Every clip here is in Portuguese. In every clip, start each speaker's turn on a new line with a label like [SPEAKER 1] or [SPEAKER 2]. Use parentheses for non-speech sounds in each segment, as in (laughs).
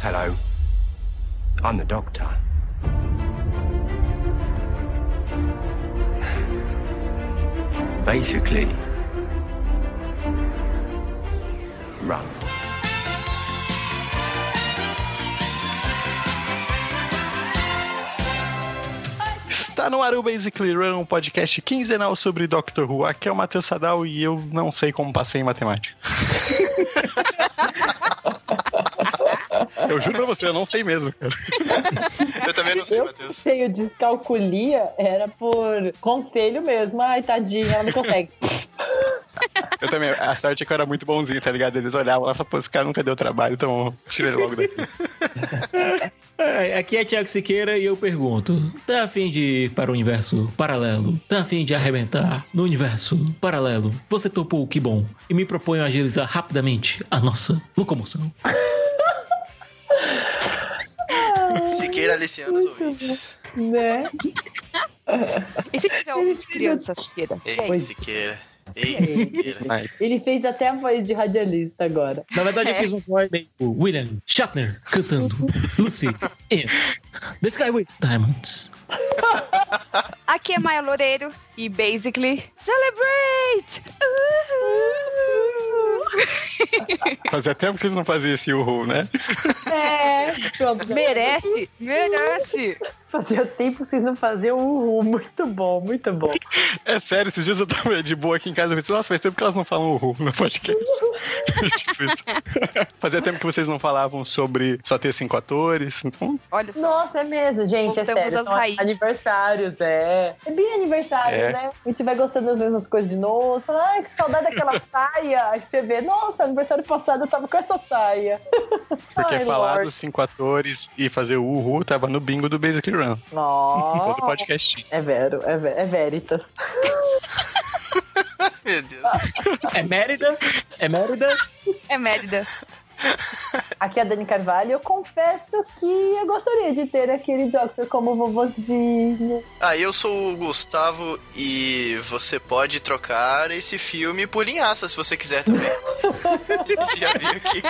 [SPEAKER 1] Hello. I'm the doctor. Basically, run.
[SPEAKER 2] Está no ar o Basically Run, um podcast quinzenal sobre Doctor Who. Aqui é o Matheus Sadal e eu não sei como passei em matemática. eu juro pra você, eu não sei mesmo, cara.
[SPEAKER 3] Eu também não sei,
[SPEAKER 4] Eu
[SPEAKER 3] Matheus.
[SPEAKER 4] tenho descalculia, era por conselho mesmo. Ai, tadinha, ela não (laughs) consegue.
[SPEAKER 2] Eu também. A sorte é que eu era muito bonzinho, tá ligado? Eles olhavam lá e falavam, pô, esse cara nunca deu trabalho, então tirei ele logo daqui.
[SPEAKER 5] É, aqui é Tiago Siqueira e eu pergunto: tá a fim de ir para o universo paralelo? Tá a fim de arrebentar no universo paralelo? Você topou, que bom. E me proponho agilizar rapidamente a nossa locomoção.
[SPEAKER 3] Siqueira aliciando os ouvintes.
[SPEAKER 4] Né?
[SPEAKER 6] E (laughs) se tiver um de criança, Siqueira? E aí?
[SPEAKER 3] Ei, Siqueira. Ei, Siqueira.
[SPEAKER 4] Ele fez até a voz de radialista agora.
[SPEAKER 5] Na
[SPEAKER 3] (laughs)
[SPEAKER 5] verdade, eu
[SPEAKER 6] É.
[SPEAKER 5] fiz um voz meio William Shatner cantando Lucy in The Sky with Diamonds.
[SPEAKER 6] Aqui é Maia Loureiro e basically celebrate! Uhul!
[SPEAKER 2] Fazia tempo que vocês não faziam esse uhul, né?
[SPEAKER 4] É, pronto. já-
[SPEAKER 6] (laughs) Merece, merece!
[SPEAKER 4] Fazia tempo que vocês não faziam um Muito bom, muito bom.
[SPEAKER 2] É sério, esses dias eu tava de boa aqui em casa. Eu pensei, nossa, faz tempo que elas não falam uhul no podcast. (laughs) tipo isso. Fazia tempo que vocês não falavam sobre só ter cinco atores. Então,
[SPEAKER 6] Olha só.
[SPEAKER 4] Nossa, é mesmo, gente, é
[SPEAKER 6] Voltamos
[SPEAKER 4] sério.
[SPEAKER 6] às
[SPEAKER 4] são
[SPEAKER 6] raízes.
[SPEAKER 4] aniversários, é. É bem aniversário,
[SPEAKER 2] É.
[SPEAKER 4] né? A gente vai gostando das mesmas coisas de novo. Fala, ai, que saudade
[SPEAKER 2] (laughs)
[SPEAKER 4] daquela saia. Aí você vê, nossa, aniversário passado eu tava com essa saia.
[SPEAKER 2] porque
[SPEAKER 4] Ai,
[SPEAKER 2] falar
[SPEAKER 4] Lorde.
[SPEAKER 2] dos cinco atores e fazer o uhul tava no bingo do Basically Run. (laughs) Todo
[SPEAKER 4] Nossa.
[SPEAKER 2] podcast.
[SPEAKER 4] É vero, é, ver, é veritas.
[SPEAKER 3] Meu Deus.
[SPEAKER 5] É Mérida? É Mérida?
[SPEAKER 6] É Mérida.
[SPEAKER 4] Aqui é a Dani Carvalho. Eu confesso que eu gostaria de ter aquele Doctor como vovozinho.
[SPEAKER 3] Ah, eu sou o Gustavo e você pode trocar esse filme por linhaça, se você quiser (laughs) também. A gente já viu aqui.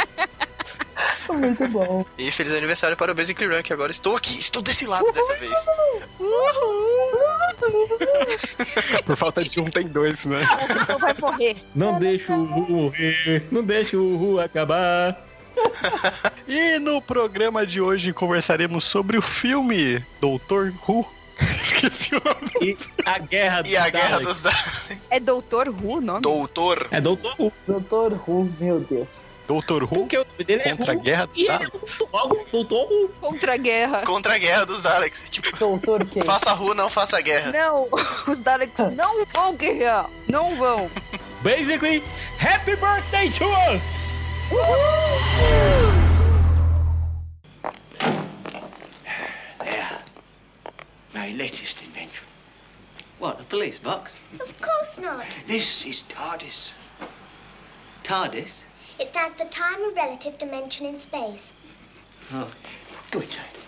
[SPEAKER 4] Muito bom.
[SPEAKER 3] E feliz aniversário para o Basic Run, que agora estou aqui, estou desse lado dessa vez.
[SPEAKER 2] Por falta de um, tem dois, né?
[SPEAKER 6] O povo vai morrer.
[SPEAKER 5] Não deixa o Ru morrer, não deixa o Ru acabar.
[SPEAKER 2] E no programa de hoje conversaremos sobre o filme Doutor Who. (laughs) Esqueci o nome.
[SPEAKER 5] E a guerra dos
[SPEAKER 3] E a guerra dos
[SPEAKER 5] Daleks.
[SPEAKER 3] da...
[SPEAKER 6] É Doutor Who o nome?
[SPEAKER 3] Doutor.
[SPEAKER 5] É Doutor Who,
[SPEAKER 4] (laughs) Doutor Who, meu Deus.
[SPEAKER 2] Doutor Who
[SPEAKER 5] porque o nome dele é
[SPEAKER 2] contra a
[SPEAKER 5] Ru.
[SPEAKER 2] Guerra dos
[SPEAKER 5] E ele é
[SPEAKER 2] Daleks.
[SPEAKER 5] logo Doutor Who.
[SPEAKER 6] Contra a guerra.
[SPEAKER 3] Contra a guerra dos Daleks. Tipo,
[SPEAKER 4] Doutor quem?
[SPEAKER 3] faça a rua, não faça a guerra.
[SPEAKER 6] Não, (laughs) os Daleks não vão guerrear. Não vão.
[SPEAKER 5] Basically, happy birthday to us!
[SPEAKER 7] There. My latest invention. What, a police box?
[SPEAKER 8] Of course not.
[SPEAKER 7] This is TARDIS. TARDIS?
[SPEAKER 8] It stands for time and relative dimension in space.
[SPEAKER 7] Oh, go inside.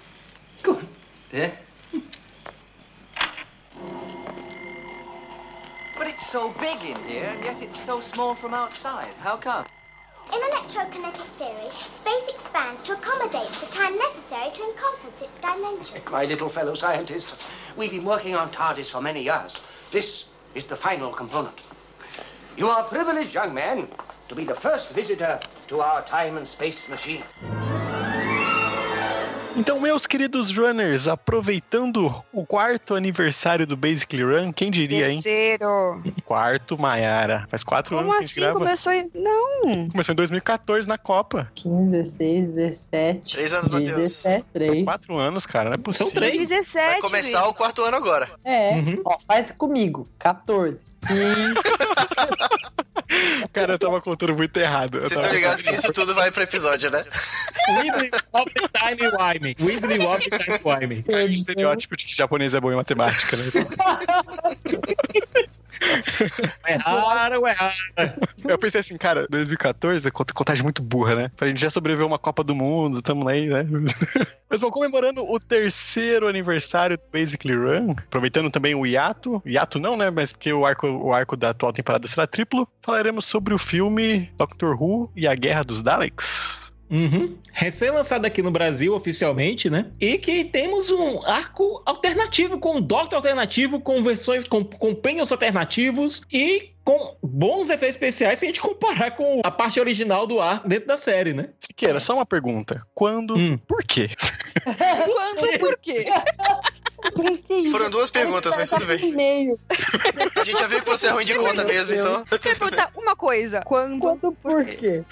[SPEAKER 7] Go on. There. But it's so big in here, and yet it's so small from outside. How come?
[SPEAKER 8] In electrokinetic theory, space expands to accommodate the time necessary to encompass its dimensions.
[SPEAKER 7] My little fellow scientist, we've been working on TARDIS for many years. This is the final component. You are privileged, young man, to be the first visitor to our time and space machine.
[SPEAKER 2] Então, meus queridos runners, aproveitando o quarto aniversário do Basically Run, quem diria, hein?
[SPEAKER 6] Terceiro.
[SPEAKER 2] Quarto, Maiara. Faz quatro
[SPEAKER 6] Como
[SPEAKER 2] anos que a gente
[SPEAKER 6] assim?
[SPEAKER 2] grava.
[SPEAKER 6] Começou em... Não.
[SPEAKER 2] Começou em 2014 na Copa.
[SPEAKER 4] 15, 16, 17.
[SPEAKER 3] Três anos, Matheus.
[SPEAKER 4] 17, 3.
[SPEAKER 2] Quatro anos, cara. Não é possível.
[SPEAKER 5] três.
[SPEAKER 6] 2017.
[SPEAKER 3] Vai começar o quarto ano agora.
[SPEAKER 4] É.
[SPEAKER 5] Uhum.
[SPEAKER 4] Ó, faz comigo. 14.
[SPEAKER 3] (laughs)
[SPEAKER 2] Cara, eu tava contando muito errado. Eu
[SPEAKER 3] Vocês
[SPEAKER 2] tava-
[SPEAKER 3] estão ligados que isso tudo vai pro episódio, né?
[SPEAKER 5] Wibbly Wobbly Time Wimey. Wibbly Wobbly Time Wimey.
[SPEAKER 2] Cara, o estereótipo de que japonês é bom em matemática, né?
[SPEAKER 5] (laughs) Erraram, erraram.
[SPEAKER 2] Eu pensei assim, cara, 2014, é cont- contagem muito burra, né? A gente já sobreviveu a uma Copa do Mundo, tamo aí, né? (laughs) Mas bom, comemorando o terceiro aniversário do Basically Run, aproveitando também o hiato, hiato não, né? Mas porque o arco, o arco da atual temporada será triplo, falaremos sobre o filme Doctor Who e a Guerra dos Daleks.
[SPEAKER 5] Uhum. Recém-lançado aqui no Brasil oficialmente, né? E que temos um arco alternativo, com um Doctor alternativo, com versões, com companions alternativos e com bons efeitos especiais se a gente comparar com a parte original do arco dentro da série, né?
[SPEAKER 2] Siqueira, só uma pergunta. Quando?
[SPEAKER 5] Hum.
[SPEAKER 2] Por quê?
[SPEAKER 6] Quando?
[SPEAKER 3] (laughs)
[SPEAKER 6] Por quê?
[SPEAKER 3] Foram duas perguntas,
[SPEAKER 4] tá
[SPEAKER 3] mas tudo bem.
[SPEAKER 4] Meio.
[SPEAKER 3] A gente já viu que você é ruim de conta mesmo, então.
[SPEAKER 6] Eu quero perguntar uma coisa. Quando?
[SPEAKER 4] Quanto por quê?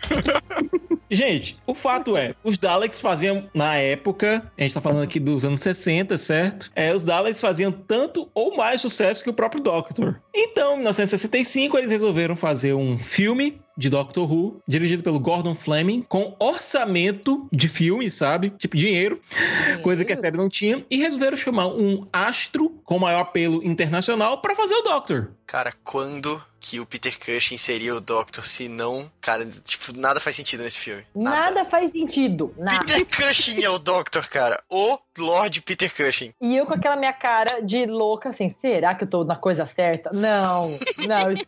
[SPEAKER 5] Gente, o fato é, os Daleks faziam, na época, a gente tá falando aqui dos anos 60, certo? É, os Daleks faziam tanto ou mais sucesso que o próprio Doctor. Então, em 1965, eles resolveram fazer um filme de Doctor Who, dirigido pelo Gordon Fleming, com orçamento de filme, sabe? Tipo dinheiro, coisa que a série não tinha, e resolveram chamar um astro com maior apelo internacional pra fazer o Doctor.
[SPEAKER 3] Cara, quando que o Peter Cushing seria o Doctor? Se não, cara, tipo, nada faz sentido nesse filme.
[SPEAKER 4] Nada faz sentido. Nada.
[SPEAKER 3] Peter Cushing é o Doctor, cara. O Lord Peter Cushing.
[SPEAKER 4] E eu com aquela minha cara de louca, assim, será que eu tô na coisa certa? Não, não, isso,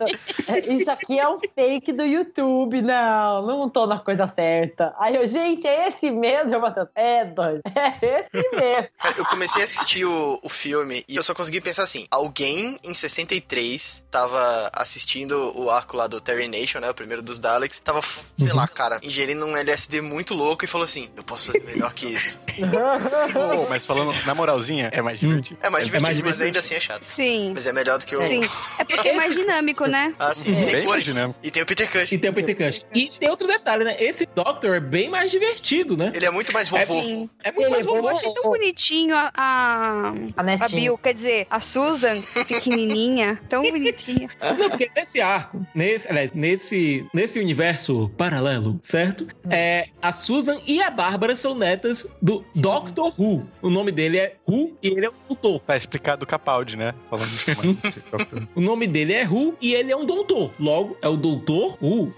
[SPEAKER 4] isso aqui é um fake do YouTube, não, não tô na coisa certa. Aí eu, gente, é esse mesmo, eu matando. É, doido, é esse mesmo.
[SPEAKER 3] Cara, eu comecei a assistir o, o filme e eu só consegui pensar assim: alguém em 63 tava assistindo o arco lá do Terry Nation, né? O primeiro dos Daleks, tava, sei
[SPEAKER 5] Uhum.
[SPEAKER 3] lá, cara, ingerindo um LSD muito louco e falou assim: eu posso fazer melhor que isso.
[SPEAKER 2] Pô, Oh, mas falando na moralzinha, é mais divertido.
[SPEAKER 3] É mais
[SPEAKER 5] Hum. É- é
[SPEAKER 3] divertido,
[SPEAKER 5] mais
[SPEAKER 3] mas
[SPEAKER 5] divertido.
[SPEAKER 3] ainda assim é chato.
[SPEAKER 6] Sim.
[SPEAKER 3] Mas é melhor do que o.
[SPEAKER 6] Sim. É porque é mais dinâmico, né?
[SPEAKER 3] Ah, sim.
[SPEAKER 4] É.
[SPEAKER 3] Tem
[SPEAKER 2] Bem mais
[SPEAKER 3] cores.
[SPEAKER 2] dinâmico.
[SPEAKER 3] E tem o Peter Cushing.
[SPEAKER 5] E um tem o Peter Cushing. E tem outro detalhe, né? Esse Doctor é bem mais divertido, né?
[SPEAKER 3] Ele é muito mais
[SPEAKER 5] É,
[SPEAKER 3] vovô.
[SPEAKER 6] Sim.
[SPEAKER 5] É muito mais
[SPEAKER 4] Ele é
[SPEAKER 6] Eu
[SPEAKER 5] vovô.
[SPEAKER 6] achei tão bonitinho a, a,
[SPEAKER 4] (laughs) A
[SPEAKER 6] a
[SPEAKER 4] netinha. (laughs)
[SPEAKER 6] Bill, quer dizer, a Susan, pequenininha, tão bonitinha.
[SPEAKER 5] Não, porque nesse arco, nesse, aliás, nesse, nesse universo paralelo, certo? É, a Susan e a Bárbara são netas do Doctor Who. O nome dele é Who e ele é um doutor.
[SPEAKER 2] Tá explicado o Capaldi, né? Falando de
[SPEAKER 5] (laughs)
[SPEAKER 2] mano,
[SPEAKER 5] O nome dele é Who e ele é um doutor. Logo, é o Doutor
[SPEAKER 4] (laughs)
[SPEAKER 5] Who.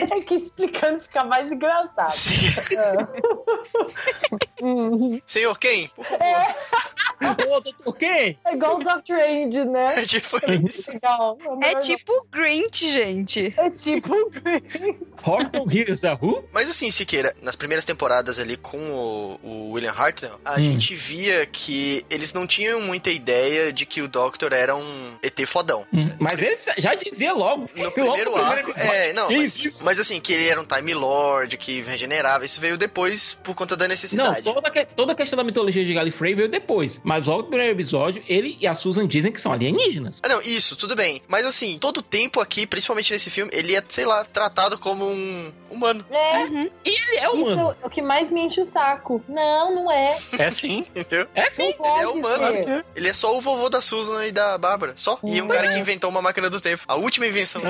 [SPEAKER 4] É que explicando fica mais engraçado.
[SPEAKER 3] Sim. (laughs)
[SPEAKER 4] Hum.
[SPEAKER 3] Senhor, quem? Por favor.
[SPEAKER 5] Ô, doutor quem?
[SPEAKER 4] É igual o Dr. Andy, né?
[SPEAKER 3] (laughs) É tipo isso.
[SPEAKER 4] Legal.
[SPEAKER 6] É tipo o Grinch, gente.
[SPEAKER 4] É tipo.
[SPEAKER 5] Horton Hears a Who?
[SPEAKER 3] Mas assim, Siqueira, nas primeiras temporadas ali com o, o William Hartnell, a
[SPEAKER 5] Hum.
[SPEAKER 3] gente via que eles não tinham muita ideia de que o Doctor era um ET fodão.
[SPEAKER 5] Hum, Mas ele já dizia logo.
[SPEAKER 3] No
[SPEAKER 5] Logo
[SPEAKER 3] primeiro
[SPEAKER 5] no primeiro
[SPEAKER 3] arco,
[SPEAKER 5] episódio.
[SPEAKER 3] é, não,
[SPEAKER 5] Que
[SPEAKER 3] mas,
[SPEAKER 5] isso?
[SPEAKER 3] mas assim, que ele era um Time Lord, que regenerava, isso veio depois por conta da
[SPEAKER 5] Não,
[SPEAKER 3] necessidade.
[SPEAKER 5] toda, que- toda a questão da mitologia de Gallifrey veio depois. Mas logo no primeiro episódio, ele e a Susan dizem que são alienígenas.
[SPEAKER 3] Ah, não, isso, tudo bem. Mas assim, todo tempo aqui, principalmente nesse filme, ele é, sei lá, tratado como um humano,
[SPEAKER 4] É,
[SPEAKER 6] Uhum.
[SPEAKER 5] Ele é humano.
[SPEAKER 4] isso é o que mais me enche o saco. Não, não é.
[SPEAKER 2] É sim.
[SPEAKER 3] entendeu?
[SPEAKER 5] É sim.
[SPEAKER 4] Não pode
[SPEAKER 3] humano,
[SPEAKER 4] ser.
[SPEAKER 3] Ele é só o vovô da Susan e da Bárbara, só. E um
[SPEAKER 6] é.
[SPEAKER 3] cara que inventou uma máquina do tempo. A última invenção.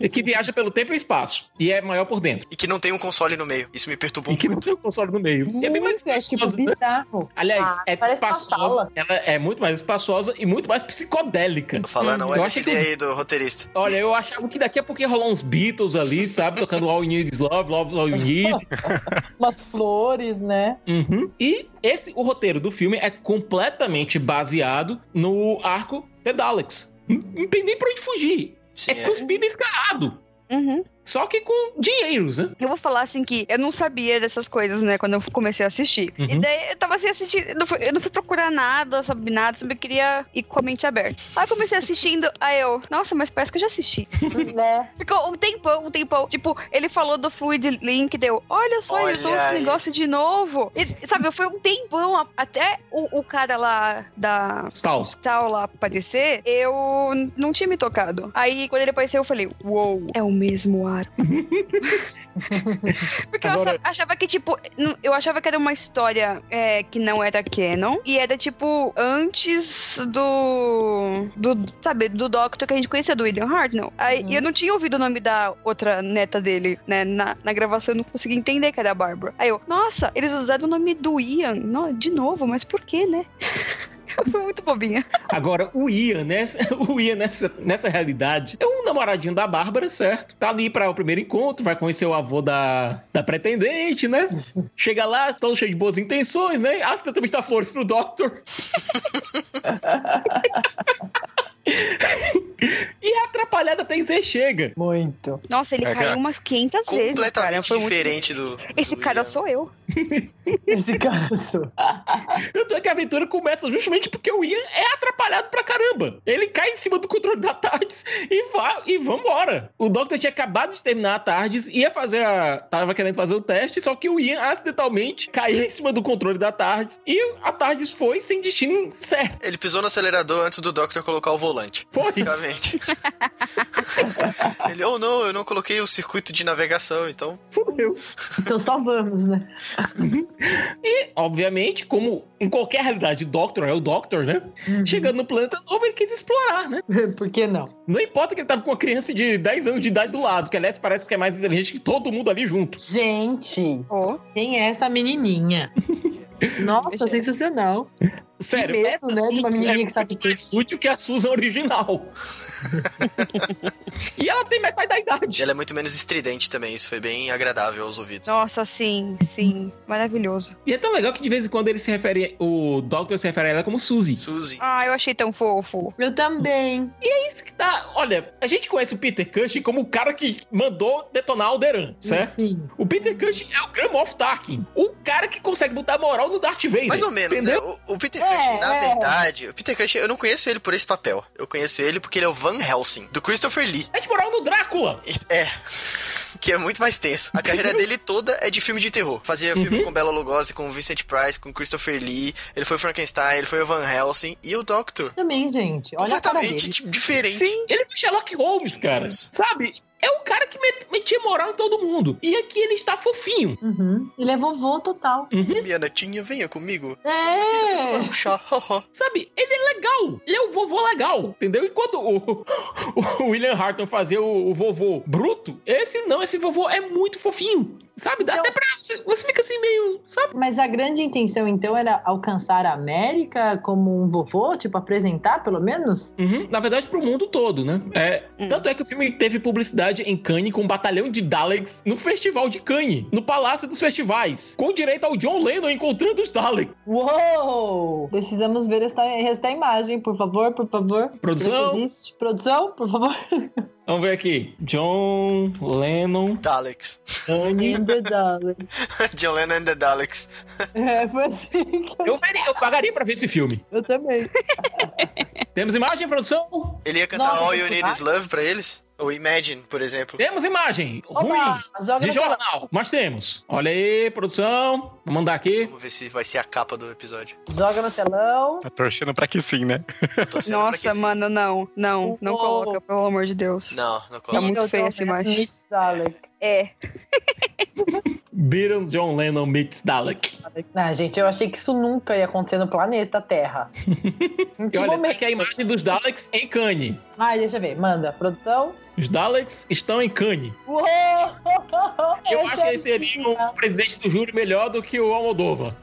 [SPEAKER 5] E que viaja pelo tempo e espaço. E é maior por dentro.
[SPEAKER 3] E que não tem um console no meio. Isso me perturbou
[SPEAKER 5] E que não
[SPEAKER 3] muito.
[SPEAKER 5] tem um console no meio. E é bem mais
[SPEAKER 4] Muito, é tipo
[SPEAKER 5] espaçosa, né?
[SPEAKER 4] bizarro.
[SPEAKER 5] Aliás,
[SPEAKER 4] Ah,
[SPEAKER 5] é
[SPEAKER 4] parece uma
[SPEAKER 5] espaçosa.
[SPEAKER 4] sala.
[SPEAKER 5] Ela é muito mais espaçosa e muito mais psicodélica.
[SPEAKER 3] Tô falando,
[SPEAKER 5] Uhum.
[SPEAKER 3] olha
[SPEAKER 5] Eu
[SPEAKER 3] essa
[SPEAKER 5] achei
[SPEAKER 3] ideia
[SPEAKER 5] que-
[SPEAKER 3] aí do roteirista.
[SPEAKER 5] Olha, eu achava que daqui a pouco ia rolar uns Beatles ali, sabe? Tocando All You Need Is Love, Love is All You Need.
[SPEAKER 4] (laughs) Umas flores, né?
[SPEAKER 5] Uhum. E esse, o roteiro do filme é completamente baseado no arco The Daleks. Não não tem nem pra onde fugir.
[SPEAKER 3] Sim,
[SPEAKER 5] É
[SPEAKER 3] é.
[SPEAKER 5] cuspido e escarrado.
[SPEAKER 6] Uhum.
[SPEAKER 5] Só que com dinheiros, né?
[SPEAKER 6] Eu vou falar assim que eu não sabia dessas coisas, né, quando eu comecei a assistir. E
[SPEAKER 5] Uhum.
[SPEAKER 6] daí eu tava assim assistindo, eu não fui, eu não fui procurar nada, sabe nada, sabe, eu queria ir com a mente aberta. Aí eu comecei assistindo, aí eu, nossa, mas parece que eu já assisti.
[SPEAKER 4] né?
[SPEAKER 6] Ficou um tempão, um tempão. Tipo, ele falou do Fluid Link, deu, olha só, ele usou
[SPEAKER 3] Olha
[SPEAKER 6] esse
[SPEAKER 3] aí.
[SPEAKER 6] negócio de novo. E, sabe, foi um tempão, a- até o, o cara lá da
[SPEAKER 5] Staus.
[SPEAKER 6] tal lá aparecer, eu não tinha me tocado. Aí, quando ele apareceu, eu falei, uou, é o mesmo arco. Porque eu
[SPEAKER 5] Agora-
[SPEAKER 6] asa- achava que, tipo, não- eu achava que era uma história é, que não era canon, e era, tipo, antes do, do, sabe, do Doctor que a gente conhecia, do William Hartnell. Aí,
[SPEAKER 4] Uhum.
[SPEAKER 6] E eu não tinha ouvido o nome da outra neta dele, né, na, na gravação, eu não consegui entender que era a Bárbara. Aí eu, nossa, eles usaram o nome do Ian, no- de novo, mas por que, né? (laughs) Foi muito bobinha.
[SPEAKER 5] Agora, o Ian, nessa, (laughs) o Ian nessa, nessa realidade, é um namoradinho da Bárbara, certo? Tá ali para o primeiro encontro, vai conhecer o avô da, da pretendente, né? Chega lá, tá todo cheio de boas intenções, né? Asta também está flores pro Doctor. (laughs) E a atrapalhada tem Z chega.
[SPEAKER 4] Muito.
[SPEAKER 6] Nossa, ele
[SPEAKER 2] É, cara,
[SPEAKER 6] caiu umas 500 vezes, cara.
[SPEAKER 3] Completamente
[SPEAKER 6] Foi muito...
[SPEAKER 3] diferente do.
[SPEAKER 6] Esse
[SPEAKER 3] do
[SPEAKER 6] cara
[SPEAKER 3] Ian.
[SPEAKER 6] sou eu.
[SPEAKER 4] Esse caso.
[SPEAKER 5] Tanto é que a aventura começa justamente porque o Ian é atrapalhado pra caramba. Ele cai em cima do controle da TARDIS e vá e vambora. O Doctor tinha acabado de terminar a TARDIS, ia fazer a. tava querendo fazer o teste, só que o Ian acidentalmente caiu em cima do controle da TARDIS e a TARDIS foi sem destino certo.
[SPEAKER 3] Ele pisou no acelerador antes do Doctor colocar o volante.
[SPEAKER 5] Foi.
[SPEAKER 6] (laughs)
[SPEAKER 3] Basicamente. Ele, oh não, eu não coloquei o circuito de navegação, então.
[SPEAKER 5] Fudeu.
[SPEAKER 4] Então só vamos, né?
[SPEAKER 5] E, obviamente, como em qualquer realidade, o Doctor é o Doctor, né?
[SPEAKER 4] Uhum.
[SPEAKER 5] Chegando no planeta novo, ele quis explorar, né?
[SPEAKER 4] (laughs) Por que não?
[SPEAKER 5] Não importa que ele tava com uma criança de 10 anos de idade do lado, que aliás parece que é mais inteligente que todo mundo ali junto.
[SPEAKER 4] Gente,
[SPEAKER 6] Ó.
[SPEAKER 4] quem é essa menininha? (laughs) Nossa, sensacional.
[SPEAKER 5] Sério,
[SPEAKER 4] Medo,
[SPEAKER 5] essa
[SPEAKER 4] né, de uma
[SPEAKER 5] Susan
[SPEAKER 4] menina
[SPEAKER 5] é
[SPEAKER 4] que sabe
[SPEAKER 5] muito mais útil que a Susan original. (laughs) e ela tem metade da
[SPEAKER 3] E
[SPEAKER 5] idade.
[SPEAKER 3] ela é muito menos estridente também, isso foi bem agradável aos ouvidos.
[SPEAKER 6] Nossa, sim, sim. Maravilhoso.
[SPEAKER 5] E é tão legal que de vez em quando ele se refere, o Doctor se refere a ela como Suzy.
[SPEAKER 3] Suzy.
[SPEAKER 6] Ah, eu achei tão fofo.
[SPEAKER 4] Eu também.
[SPEAKER 5] É isso que tá. Olha, a gente conhece o Peter Cushing como o cara que mandou detonar Alderan, certo?
[SPEAKER 4] Sim.
[SPEAKER 5] O Peter Cushing é o Grand Moff Tarkin, o cara que consegue botar moral no Darth Vader.
[SPEAKER 3] Mais ou menos,
[SPEAKER 5] entendeu?
[SPEAKER 3] né? O, o Peter
[SPEAKER 4] É,
[SPEAKER 3] Cushing, na
[SPEAKER 4] é.
[SPEAKER 3] verdade, o Peter Cushing, eu não conheço ele por esse papel. Eu conheço ele porque ele é o Van Helsing, do Christopher Lee.
[SPEAKER 5] É de moral no Drácula.
[SPEAKER 3] É. (laughs) Que é muito mais tenso. A carreira dele toda é de filme de terror. Fazia
[SPEAKER 5] Uhum.
[SPEAKER 3] filme com Bela Lugosi, com Vincent Price, com Christopher Lee. Ele foi Frankenstein, ele foi o Van Helsing e o Doctor.
[SPEAKER 4] Também, gente. Olha a cara
[SPEAKER 3] completamente
[SPEAKER 4] dele.
[SPEAKER 3] tipo, diferente.
[SPEAKER 5] Sim, ele foi Sherlock Holmes, cara.
[SPEAKER 3] Isso.
[SPEAKER 5] Sabe? É o cara que met- metia moral em todo mundo. E aqui ele está fofinho.
[SPEAKER 4] Uhum. Ele é vovô total.
[SPEAKER 3] Minha netinha, venha comigo.
[SPEAKER 4] É!
[SPEAKER 3] Um chá.
[SPEAKER 5] Sabe, ele é legal, ele é o vovô legal, entendeu? Enquanto o, (laughs) o William Harton fazia o, o vovô bruto, esse não, esse vovô é muito fofinho, sabe? Dá
[SPEAKER 4] Então-
[SPEAKER 5] até pra. Você, você fica assim meio. Sabe?
[SPEAKER 4] Mas a grande intenção, então, era alcançar a América como um vovô? Tipo, apresentar, pelo menos?
[SPEAKER 5] Uhum. Na verdade, pro mundo todo, né? É,
[SPEAKER 6] Hum.
[SPEAKER 5] Tanto é que o filme teve publicidade em Cannes com um batalhão de Daleks no Festival de Cannes, no Palácio dos Festivais, com direito ao John Lennon encontrando os Daleks.
[SPEAKER 4] Uou! Precisamos ver esta, esta imagem, por favor, por favor. Vê se
[SPEAKER 5] Produção.
[SPEAKER 4] existe. Produção, por favor.
[SPEAKER 5] Vamos ver aqui. John Lennon,
[SPEAKER 3] Daleks.
[SPEAKER 5] Cannes.
[SPEAKER 4] In the dollar.
[SPEAKER 3] (laughs)
[SPEAKER 5] (laughs)
[SPEAKER 3] John Lennon and the Daleks.
[SPEAKER 4] É, foi assim que eu,
[SPEAKER 5] Eu, veria- eu pagaria pra ver esse filme.
[SPEAKER 4] eu também.
[SPEAKER 5] Temos imagem, produção?
[SPEAKER 3] Ele ia cantar
[SPEAKER 4] Não,
[SPEAKER 3] All You
[SPEAKER 4] não
[SPEAKER 3] Need
[SPEAKER 4] vai.
[SPEAKER 3] Is Love pra eles? Ou Imagine, por exemplo.
[SPEAKER 5] Temos imagem.
[SPEAKER 4] Opa, tá
[SPEAKER 5] Ruim.
[SPEAKER 4] joga
[SPEAKER 5] De
[SPEAKER 4] no canal.
[SPEAKER 5] jornal. Mas temos. Olha aí, produção. Vou mandar aqui.
[SPEAKER 3] Vamos ver se vai ser a capa do episódio.
[SPEAKER 4] Joga no telão.
[SPEAKER 2] Tá torcendo pra que sim, né?
[SPEAKER 3] Eu tô sendo pra
[SPEAKER 6] Nossa,
[SPEAKER 3] que sim.
[SPEAKER 6] mano, não, não, não
[SPEAKER 4] Uou.
[SPEAKER 6] coloca, pelo amor de Deus.
[SPEAKER 3] Não, não
[SPEAKER 6] Tá
[SPEAKER 3] coloca.
[SPEAKER 6] muito feia essa imagem.
[SPEAKER 4] Nick Dalek.
[SPEAKER 6] É,
[SPEAKER 5] Beaton John Lennon meets Dalek.
[SPEAKER 4] Ah, gente, eu achei que isso nunca ia acontecer no planeta
[SPEAKER 6] (laughs)
[SPEAKER 4] Terra. em
[SPEAKER 5] E
[SPEAKER 4] que
[SPEAKER 5] olha, tá
[SPEAKER 4] momento?
[SPEAKER 5] aqui a imagem dos Daleks em Cannes.
[SPEAKER 4] Ai, deixa eu ver. Manda, produção.
[SPEAKER 5] Os Daleks estão em Cannes.
[SPEAKER 4] Uou!
[SPEAKER 5] Eu
[SPEAKER 4] Essa
[SPEAKER 5] acho que ele
[SPEAKER 4] é
[SPEAKER 5] seria
[SPEAKER 4] minha.
[SPEAKER 5] um presidente do júri melhor do que o Almodova.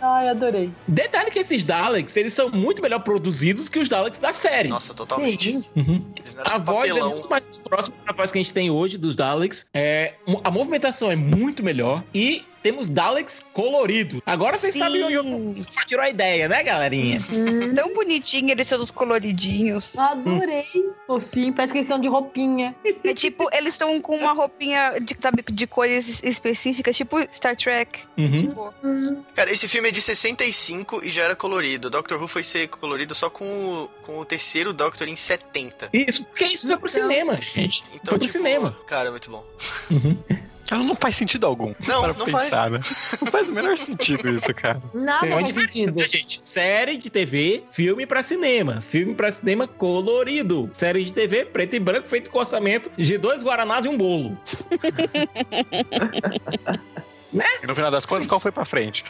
[SPEAKER 4] Ai, adorei.
[SPEAKER 5] Detalhe que esses Daleks, eles são muito melhor produzidos que os Daleks da série.
[SPEAKER 3] Nossa, totalmente.
[SPEAKER 4] Sim.
[SPEAKER 5] Uhum.
[SPEAKER 3] Eles não eram
[SPEAKER 5] A
[SPEAKER 3] de
[SPEAKER 5] voz é
[SPEAKER 3] papelão.
[SPEAKER 5] muito mais próxima da voz que a gente tem hoje dos Daleks. É, a movimentação é muito melhor. E temos Daleks colorido. Agora vocês sabem onde eu
[SPEAKER 6] sim.
[SPEAKER 5] Só tirou a ideia, né, galerinha?
[SPEAKER 4] Hum,
[SPEAKER 6] Tão bonitinho eles todos coloridinhos.
[SPEAKER 4] adorei.
[SPEAKER 6] Hum.
[SPEAKER 4] Fofinho, parece que eles estão de roupinha.
[SPEAKER 6] É tipo, eles estão com uma roupinha de, sabe, de cores específicas, tipo Star Trek.
[SPEAKER 5] Uhum.
[SPEAKER 6] Tipo,
[SPEAKER 3] Cara, esse filme é de 65 e já era colorido. Doctor Who foi ser colorido só com o, com o terceiro Doctor em 70.
[SPEAKER 5] Isso, porque isso foi pro
[SPEAKER 4] Então-
[SPEAKER 5] cinema, gente.
[SPEAKER 3] Então,
[SPEAKER 5] Foi pro
[SPEAKER 3] tipo, Tá
[SPEAKER 5] cinema.
[SPEAKER 3] Cara, muito
[SPEAKER 5] (laughs)
[SPEAKER 3] bom.
[SPEAKER 2] Ela não faz sentido algum.
[SPEAKER 3] Não,
[SPEAKER 2] para
[SPEAKER 3] não
[SPEAKER 2] pensar, né? Não faz o menor sentido isso, cara.
[SPEAKER 4] Nada
[SPEAKER 5] Tem uma
[SPEAKER 4] faz
[SPEAKER 5] diferença,
[SPEAKER 4] sentido.
[SPEAKER 5] né, gente? Série de TV, filme pra cinema. Filme pra cinema colorido. Série de TV, preto e branco, feito com orçamento de dois guaranás e um bolo.
[SPEAKER 2] E no final das contas, qual foi pra frente?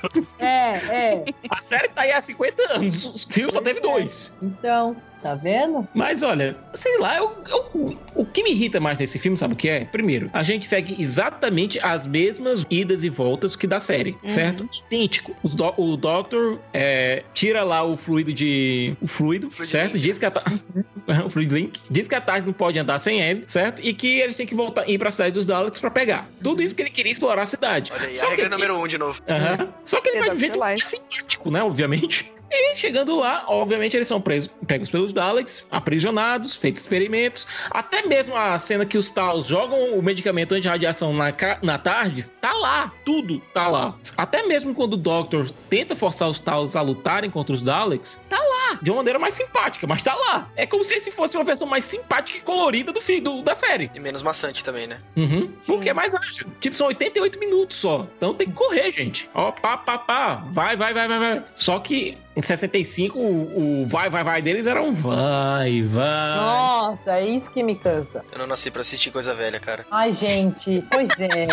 [SPEAKER 6] tá
[SPEAKER 4] É, é.
[SPEAKER 5] A série tá aí há 50 anos. Os filmes só teve
[SPEAKER 3] é.
[SPEAKER 5] dois.
[SPEAKER 4] Então, tá vendo?
[SPEAKER 5] Mas olha, sei lá, eu- eu- o que me irrita mais nesse filme, sabe o que é? Primeiro, a gente segue exatamente as mesmas idas e voltas que da série,
[SPEAKER 6] Uhum.
[SPEAKER 5] certo? Idêntico. Os do- o Doctor é, tira lá o fluido de. O fluido,
[SPEAKER 3] Fluid
[SPEAKER 5] certo?
[SPEAKER 3] Link.
[SPEAKER 5] Diz que a. Ta... (laughs) o fluido link. Diz que a Tars não pode andar sem ele, certo? E que eles têm que voltar ir pra cidade dos Daleks pra pegar. Tudo isso porque ele queria explorar a cidade.
[SPEAKER 3] Olha aí,
[SPEAKER 5] Só
[SPEAKER 3] a
[SPEAKER 5] que
[SPEAKER 3] regra
[SPEAKER 5] ele-
[SPEAKER 3] número um de novo.
[SPEAKER 5] Aham. Só que ele vai
[SPEAKER 6] Exato,
[SPEAKER 5] viver de um
[SPEAKER 6] lá.
[SPEAKER 5] jeito simpático, né? Obviamente. E chegando lá, obviamente eles são presos, pegos pelos Daleks, aprisionados, feitos experimentos. Até mesmo a cena que os Taos jogam o medicamento anti-radiação na, ca- na tarde, tá lá, tudo tá lá. Até mesmo quando o Doctor tenta forçar os Taos a lutarem contra os Daleks, tá lá, de uma maneira mais simpática, mas tá lá. É como se esse fosse uma versão mais simpática e colorida do fim do- da série.
[SPEAKER 3] E menos maçante também, né?
[SPEAKER 5] Uhum. Porque é mais ágil. Tipo, são 88 minutos só. Então tem que correr, gente. Ó, pá, pá, pá. Vai, vai, vai, vai, vai. Só que em 65, o, o vai, vai, vai deles era um vai, vai.
[SPEAKER 4] Nossa, é isso que me cansa.
[SPEAKER 3] Eu não nasci pra assistir coisa velha, cara.
[SPEAKER 4] Ai, gente, pois é.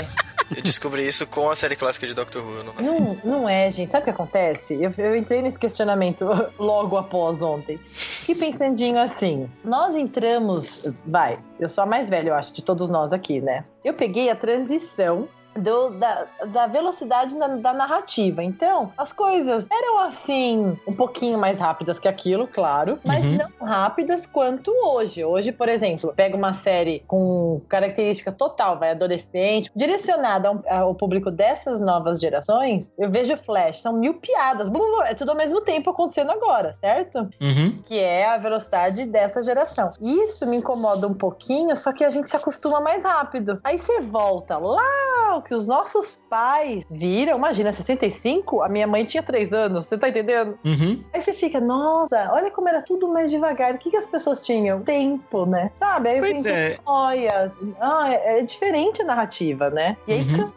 [SPEAKER 3] Eu descobri isso com a série clássica de Doctor Who. Eu não nasci.
[SPEAKER 4] Não, não é, gente. Sabe o que acontece? Eu, eu entrei nesse questionamento (laughs) logo após ontem. E pensandinho assim, nós entramos. Vai, eu sou a mais velha, eu acho, de todos nós aqui, né? Eu peguei a transição. do- da, da velocidade na- da narrativa. Então, as coisas eram assim, um pouquinho mais rápidas que aquilo, claro, mas
[SPEAKER 5] Uhum.
[SPEAKER 4] não rápidas quanto hoje. Hoje, por exemplo, pega uma série com característica total, vai adolescente, direcionada a um- ao público dessas novas gerações, eu vejo Flash, são mil piadas, blu, blu, é tudo ao mesmo tempo acontecendo agora, certo?
[SPEAKER 5] Uhum.
[SPEAKER 4] que é a velocidade dessa geração. Isso me incomoda um pouquinho, só que a gente se acostuma mais rápido. Aí você volta lá, o que os nossos pais viram, imagina, 65, a minha mãe tinha 3 anos, você tá entendendo?
[SPEAKER 5] Uhum.
[SPEAKER 4] Aí você fica, nossa, olha como era tudo mais devagar, o que, que as pessoas tinham? Tempo, né? Sabe? Aí eu
[SPEAKER 5] Pois
[SPEAKER 4] penso,
[SPEAKER 5] é.
[SPEAKER 4] olha, ah, é, é diferente a narrativa, né? E aí
[SPEAKER 5] Uhum.
[SPEAKER 4] cansa.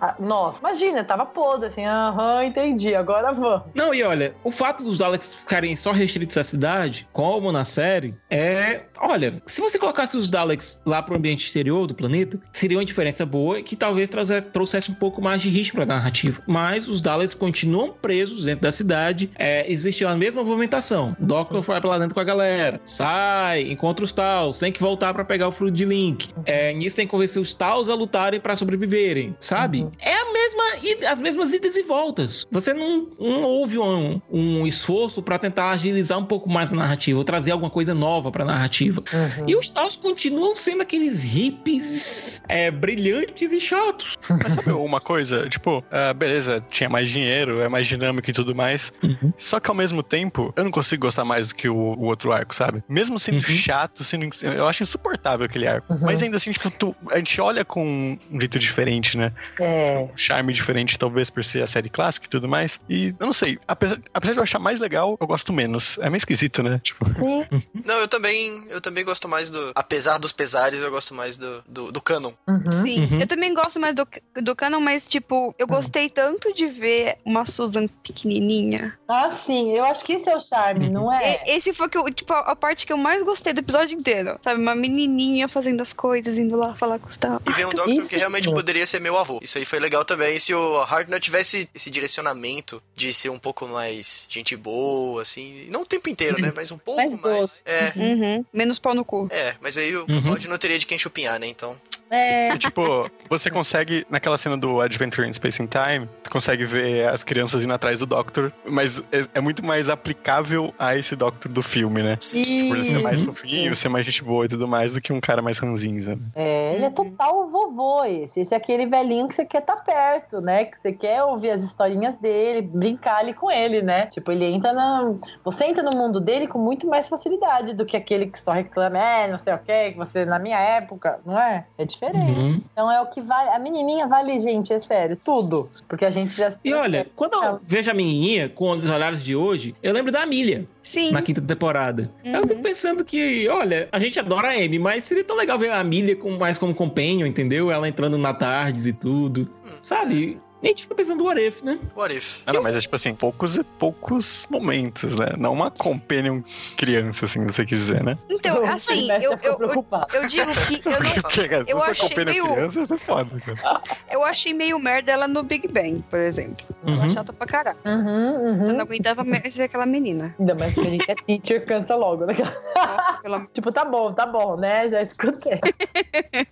[SPEAKER 4] Ah, nossa, imagina, tava podre, assim, aham, entendi, agora vamos.
[SPEAKER 5] Não, e olha, o fato dos Daleks ficarem só restritos à cidade, como na série, é. Olha, se você colocasse os Daleks lá pro ambiente exterior do planeta, seria uma diferença boa e que talvez trouxesse, trouxesse um pouco mais de ritmo pra narrativa. Mas os Daleks continuam presos dentro da cidade, é, existe a mesma movimentação. O Doctor vai pra lá dentro com a galera, sai, encontra os Taos, tem que voltar pra pegar o fluido de Link. É, nisso tem que convencer os Taos a lutarem pra sobreviverem, sabe?
[SPEAKER 4] Uhum.
[SPEAKER 5] É a mesma e as mesmas idas e voltas. Você não, não houve um, um esforço pra tentar agilizar um pouco mais a narrativa, ou trazer alguma coisa nova pra narrativa.
[SPEAKER 4] Uhum.
[SPEAKER 5] E os Taos continuam sendo aqueles hippies é, brilhantes e chatos.
[SPEAKER 2] Mas sabe uma coisa? Tipo, ah, beleza, tinha mais dinheiro, é mais dinâmico e tudo mais.
[SPEAKER 5] Uhum.
[SPEAKER 2] Só que ao mesmo tempo, eu não consigo gostar mais do que o, o outro arco, sabe? Mesmo sendo
[SPEAKER 5] Uhum.
[SPEAKER 2] chato, sendo, ins- eu acho insuportável aquele arco.
[SPEAKER 4] Uhum.
[SPEAKER 2] Mas ainda assim, tipo, tu- a gente olha com um jeito diferente, né?
[SPEAKER 4] É.
[SPEAKER 2] Um charme diferente, talvez, por ser a série clássica e tudo mais. E eu não sei, apesar, apesar de eu achar mais legal, eu gosto menos. É meio esquisito, né? Tipo,
[SPEAKER 4] Sim,
[SPEAKER 3] Não, eu também, eu também gosto mais do. Apesar dos pesares, eu gosto mais do, do, do canon.
[SPEAKER 4] Uhum.
[SPEAKER 6] Sim,
[SPEAKER 5] Uhum.
[SPEAKER 6] eu também gosto mais do, do canon, mas, tipo, eu gostei tanto de ver uma Susan pequenininha.
[SPEAKER 4] Ah, sim, eu acho que esse é o charme, não é?
[SPEAKER 6] E- esse foi que eu, tipo, a, a parte que eu mais gostei do episódio inteiro. Sabe, uma menininha fazendo as coisas, indo lá falar com os tal.
[SPEAKER 3] E vem um Doctor
[SPEAKER 4] Ah, isso
[SPEAKER 3] que realmente
[SPEAKER 4] sim.
[SPEAKER 3] poderia ser meu avô. Isso aí foi legal também. E se o Hartnell tivesse esse direcionamento de ser um pouco mais gente boa, assim. Não o tempo inteiro, né? Mas um pouco
[SPEAKER 4] Uhum. Mais
[SPEAKER 3] mais.
[SPEAKER 4] doce.
[SPEAKER 3] É.
[SPEAKER 6] Uhum. Menos pau no cu.
[SPEAKER 3] É, mas aí o
[SPEAKER 5] Uhum.
[SPEAKER 3] bode não teria de quem chupinhar, né? Então.
[SPEAKER 6] Uhum.
[SPEAKER 4] É.
[SPEAKER 2] E,
[SPEAKER 6] (laughs)
[SPEAKER 2] tipo, você consegue, naquela cena do Adventure in Space and Time, tu consegue ver as crianças indo atrás do Doctor, mas é, é muito mais aplicável a esse Doctor do filme, né? Por ele ser mais
[SPEAKER 5] Uhum.
[SPEAKER 2] fofinho, ser mais gente boa e tudo mais, do que um cara mais ranzinza.
[SPEAKER 4] É,
[SPEAKER 6] Uhum.
[SPEAKER 4] ele é total vovô esse. Esse é aquele velhinho que você quer estar perto, né? Que você quer ouvir as historinhas dele, brincar ali com ele, né? Tipo, ele entra na. Você entra no mundo dele com muito mais facilidade do que aquele que só reclama, é, não sei o quê, que você na minha época, não é? É diferente.
[SPEAKER 5] Uhum.
[SPEAKER 4] Então é o que vale. A menininha vale, gente, é sério, tudo. Porque a gente já se.
[SPEAKER 5] E
[SPEAKER 4] (laughs)
[SPEAKER 5] olha, quando eu
[SPEAKER 4] Ela.
[SPEAKER 5] vejo a menininha com os olhares de hoje, eu lembro da Amelia
[SPEAKER 6] Sim.
[SPEAKER 5] na quinta temporada. Eu fico pensando que, olha, a gente adora a Amy, mas seria tão legal ver a Amelia com, mais como companion, entendeu? Ela entrando na tardes e tudo. Sabe? A gente fica pensando no What If, né?
[SPEAKER 3] Hum. What if?
[SPEAKER 2] Ah, não, mas é tipo assim, poucos e poucos momentos, né? Não uma companion criança, assim, você quis dizer, né?
[SPEAKER 6] Então, assim, eu, eu, eu,
[SPEAKER 4] preocupado.
[SPEAKER 6] eu digo que
[SPEAKER 2] (laughs)
[SPEAKER 6] eu, não-
[SPEAKER 2] Porque se
[SPEAKER 6] eu
[SPEAKER 2] você
[SPEAKER 6] achei
[SPEAKER 2] companion
[SPEAKER 6] meio-
[SPEAKER 2] criança, você é foda, cara.
[SPEAKER 6] eu achei meio merda ela no Big Bang, por exemplo. Ela
[SPEAKER 5] Uhum.
[SPEAKER 6] é chata pra caralho.
[SPEAKER 4] Uhum, uhum.
[SPEAKER 6] Eu não aguentava mais ver aquela menina.
[SPEAKER 4] Ainda mais que a gente é teacher, cansa logo. Né? (laughs)
[SPEAKER 6] Nossa, pelo amor
[SPEAKER 4] Tipo, tá bom, tá bom, né? Já escutei.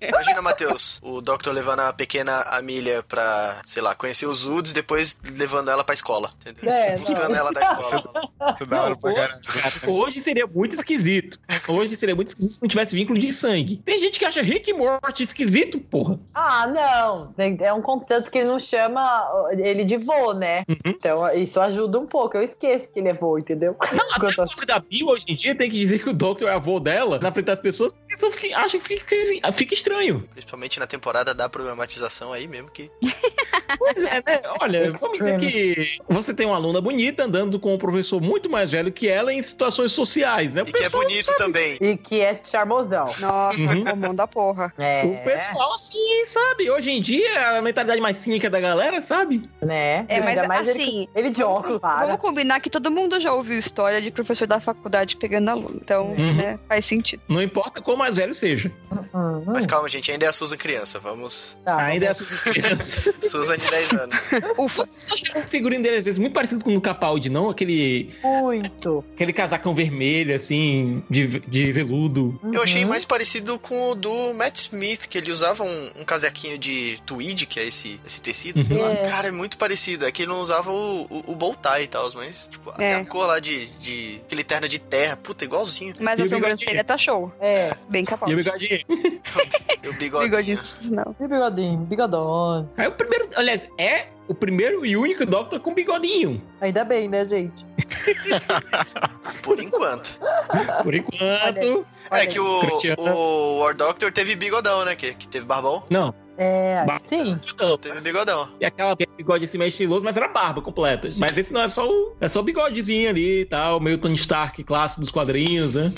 [SPEAKER 3] Imagina, Matheus, o Doctor levando a pequena Amília pra, sei lá, conhecer os Uds, depois levando ela pra escola. Entendeu?
[SPEAKER 4] É,
[SPEAKER 3] Buscando
[SPEAKER 4] não.
[SPEAKER 5] (laughs)
[SPEAKER 3] ela da escola.
[SPEAKER 2] Isso é da hora
[SPEAKER 5] Não,
[SPEAKER 2] pra
[SPEAKER 5] hoje-
[SPEAKER 2] caralho.
[SPEAKER 5] Hoje seria muito esquisito. Hoje seria muito esquisito se não tivesse vínculo de sangue. Tem gente que acha Rick e Morty esquisito, porra.
[SPEAKER 4] Ah, não. É um contanto que ele não chama ele de vô, né?
[SPEAKER 3] Uhum.
[SPEAKER 4] Então isso ajuda um pouco. Eu esqueço que ele é vô, entendeu? (laughs) Enquanto
[SPEAKER 3] assim?
[SPEAKER 5] A filha da Bill hoje em dia tem que dizer que o Doctor é avô dela na frente das pessoas, porque só fica- acha que fica, esquisito- fica estranho.
[SPEAKER 3] Principalmente na temporada da problematização aí mesmo, que
[SPEAKER 5] Pois é, né? (laughs) Olha, vamos dizer
[SPEAKER 4] Extreme.
[SPEAKER 5] que você tem uma aluna bonita andando com um professor muito mais velho que ela em situações sociais, né? O
[SPEAKER 3] e que é
[SPEAKER 5] pessoal-
[SPEAKER 3] bonito também.
[SPEAKER 4] E que é charmosão.
[SPEAKER 6] Nossa,
[SPEAKER 5] Uhum.
[SPEAKER 6] comum da porra.
[SPEAKER 4] É,
[SPEAKER 5] O pessoal, assim, sabe? Hoje em dia, é a mentalidade mais cínica da galera, sabe?
[SPEAKER 4] né?
[SPEAKER 6] É, mas
[SPEAKER 4] Ainda mais ele-
[SPEAKER 6] assim,
[SPEAKER 4] ele, de óculos, para.
[SPEAKER 6] Vamos combinar que todo mundo já ouviu história de professor da faculdade pegando aluno. Então,
[SPEAKER 5] Uhum.
[SPEAKER 6] né, faz sentido.
[SPEAKER 5] Não importa quão mais velho seja.
[SPEAKER 4] Hum,
[SPEAKER 3] Mas calma, gente, ainda é a Susan criança. Vamos.
[SPEAKER 4] tá,
[SPEAKER 5] Ainda é
[SPEAKER 4] vamos-
[SPEAKER 5] essas crianças. (laughs)
[SPEAKER 3] Susan de 10 anos.
[SPEAKER 6] Ufa.
[SPEAKER 5] Vocês não acharam o figurino dele, às vezes, muito parecido com o do Capaldi, não? Aquele,
[SPEAKER 4] muito.
[SPEAKER 5] aquele casacão vermelho, assim, de, de veludo.
[SPEAKER 3] Eu achei
[SPEAKER 4] Uhum.
[SPEAKER 3] mais parecido com o do Matt Smith, que ele usava um, um casaquinho de tweed, que é esse, esse tecido, sei lá.
[SPEAKER 4] É.
[SPEAKER 3] Cara, é muito parecido. É que ele não usava o, o, o bow tie e tal, mas, tipo, até
[SPEAKER 6] É.
[SPEAKER 3] a cor lá de, de. aquele terno de terra, puta, igualzinho.
[SPEAKER 6] Mas
[SPEAKER 5] E
[SPEAKER 6] a
[SPEAKER 5] o bigodinho?
[SPEAKER 6] sobrancelha tá show.
[SPEAKER 4] É.
[SPEAKER 6] Bem capaz.
[SPEAKER 5] E o bigodinho.
[SPEAKER 3] E o bigodinho.
[SPEAKER 6] Bigodinho, não.
[SPEAKER 4] E bigodinho, bigodão.
[SPEAKER 5] Aí o primeiro, aliás, é o primeiro e único Doctor com bigodinho.
[SPEAKER 4] Ainda bem, né, gente?
[SPEAKER 3] Por enquanto.
[SPEAKER 5] (laughs) Por enquanto.
[SPEAKER 3] É que o,
[SPEAKER 5] Cristiano.
[SPEAKER 3] o War Doctor teve bigodão, né? Que, que teve barbão.
[SPEAKER 5] Não,
[SPEAKER 4] É,
[SPEAKER 5] Bah.
[SPEAKER 4] sim.
[SPEAKER 5] não.
[SPEAKER 3] Teve bigodão.
[SPEAKER 5] E aquela que é bigode assim meio estiloso, mas era barba completa. Mas esse não, é só o, é só o bigodezinho ali e tal, meio Tony Stark clássico dos quadrinhos, né?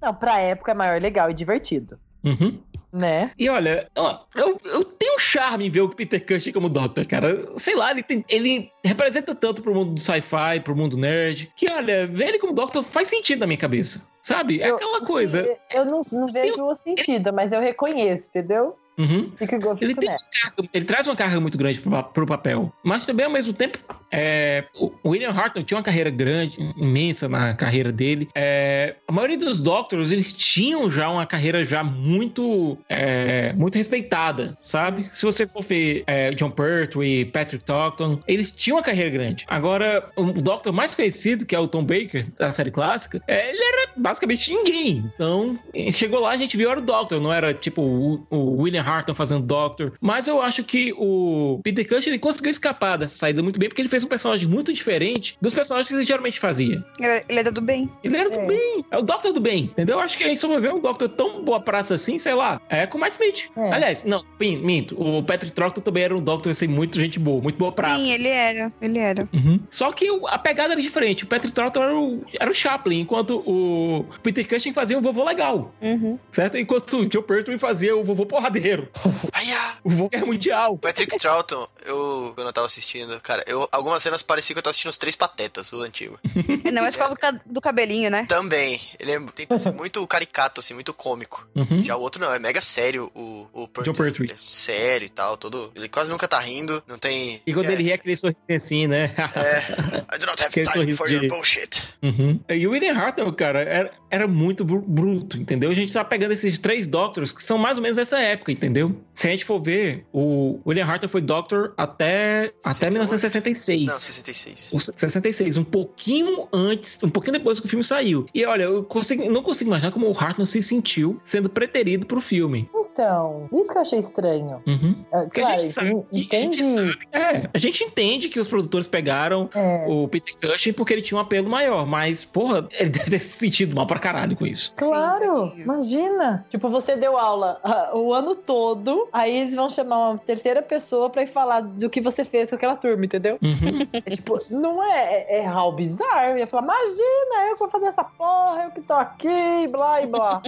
[SPEAKER 4] Não, pra época é maior, legal e divertido.
[SPEAKER 5] Uhum.
[SPEAKER 4] Né?
[SPEAKER 5] E olha, ó, eu, eu tenho um charme em ver o Peter Cushing como Doctor, cara. Sei lá, ele, tem- ele representa tanto pro mundo do sci-fi, pro mundo nerd, que olha, ver ele como Doctor faz sentido na minha cabeça. Sabe? É
[SPEAKER 4] Eu-
[SPEAKER 5] aquela coisa. um-
[SPEAKER 4] Sim, Eu não, não vejo o sentido, mas eu reconheço, entendeu?
[SPEAKER 5] Uhum.
[SPEAKER 4] Fico igual
[SPEAKER 5] Ele
[SPEAKER 4] fico
[SPEAKER 5] tem-
[SPEAKER 4] nessa.
[SPEAKER 5] Carga- Ele traz uma carga muito grande pro, pa- pro papel. Mas também, ao mesmo tempo, é, o o William Hartnell tinha uma carreira grande, imensa na carreira dele. É, a maioria dos Doctors, eles tinham já uma carreira já muito, é, muito respeitada, sabe? Se você for ver é, John Pertwee, Patrick Troughton, eles tinham uma carreira grande. Agora, o Doctor mais conhecido, que é o Tom Baker, da série clássica, é, ele era basicamente ninguém. Então, eh, chegou lá, a gente viu, era o Doctor, não era tipo o, o William Harton fazendo Doctor. Mas eu acho que o Peter Cushing, ele conseguiu escapar dessa saída muito bem, porque ele fez um personagem muito diferente dos personagens que ele geralmente fazia.
[SPEAKER 6] Ele é, ele era do bem.
[SPEAKER 5] Ele era do
[SPEAKER 4] É.
[SPEAKER 5] bem, é o Doctor do bem, entendeu? Eu Acho que a gente só vai ver um Doctor tão boa praça assim, sei lá, é com o Matt Smith.
[SPEAKER 4] É.
[SPEAKER 5] Aliás, não, min- minto, o Patrick Troughton também era um Doctor, assim, muito gente boa, muito boa praça.
[SPEAKER 6] Sim, é. ele era. Ele era.
[SPEAKER 5] Uhum. Só que o- a pegada era diferente. O Patrick Troughton era o, era o Chaplin, enquanto o Peter Cushing fazia um vovô legal,
[SPEAKER 6] Uhum.
[SPEAKER 5] certo? Enquanto o Joe Pertwee fazia o vovô porradeiro,
[SPEAKER 3] Ai, ah.
[SPEAKER 5] o vovô é guerra mundial.
[SPEAKER 3] Patrick Troughton, eu, quando eu tava assistindo, cara, eu, algumas cenas parecia que eu tava assistindo os Três Patetas, o antigo.
[SPEAKER 6] É, Não, mas por causa do ca- do cabelinho, né?
[SPEAKER 3] Também, ele é, tenta ser muito caricato, assim, muito cômico.
[SPEAKER 5] Uhum.
[SPEAKER 3] Já o outro não, é mega sério o, o Pertwee.
[SPEAKER 5] John Pertwee.
[SPEAKER 3] Ele é sério e tal, todo. Ele quase nunca tá rindo, não tem.
[SPEAKER 5] E quando
[SPEAKER 3] é,
[SPEAKER 5] ele ri, é aquele sorriso assim, né?
[SPEAKER 3] É. I do not have
[SPEAKER 5] (laughs) Aquele
[SPEAKER 3] time
[SPEAKER 5] sorriso
[SPEAKER 3] for
[SPEAKER 5] de-
[SPEAKER 3] your bullshit.
[SPEAKER 5] (laughs) Uhum. E o William Hartnell, cara, era, era muito bru- bruto, entendeu? A gente tá pegando esses três Doctors que são mais ou menos dessa época, entendeu? Se a gente for ver, o William Hartnell foi Doctor até, até
[SPEAKER 3] 68.
[SPEAKER 5] 1966.
[SPEAKER 3] Não, 66.
[SPEAKER 5] O 66, um pouquinho antes, um pouquinho depois que o filme saiu. E olha, eu consigo- não consigo imaginar como o Hartnell se sentiu sendo preterido pro filme.
[SPEAKER 4] Então, isso que eu achei estranho.
[SPEAKER 5] Uhum.
[SPEAKER 4] É,
[SPEAKER 5] Porque a
[SPEAKER 4] Claro,
[SPEAKER 5] gente sabe.
[SPEAKER 4] en-
[SPEAKER 5] que- A gente
[SPEAKER 4] entendi.
[SPEAKER 5] sabe. É, a gente entende que os produtores pegaram
[SPEAKER 4] É,
[SPEAKER 5] o Peter Cushing porque ele tinha um apelo maior, mas, porra, ele deve ter se sentido mal pra caralho com isso.
[SPEAKER 4] Claro,
[SPEAKER 6] tadinho.
[SPEAKER 4] imagina. Tipo, você deu aula ah, o ano todo, aí eles vão chamar uma terceira pessoa pra ir falar do que você fez com aquela turma, entendeu?
[SPEAKER 5] Uhum.
[SPEAKER 4] É
[SPEAKER 5] (laughs)
[SPEAKER 4] tipo, não é, é, é how bizarre. Eu ia falar, imagina, eu que vou fazer essa porra, eu que tô aqui, blá e
[SPEAKER 5] (laughs)
[SPEAKER 4] blá.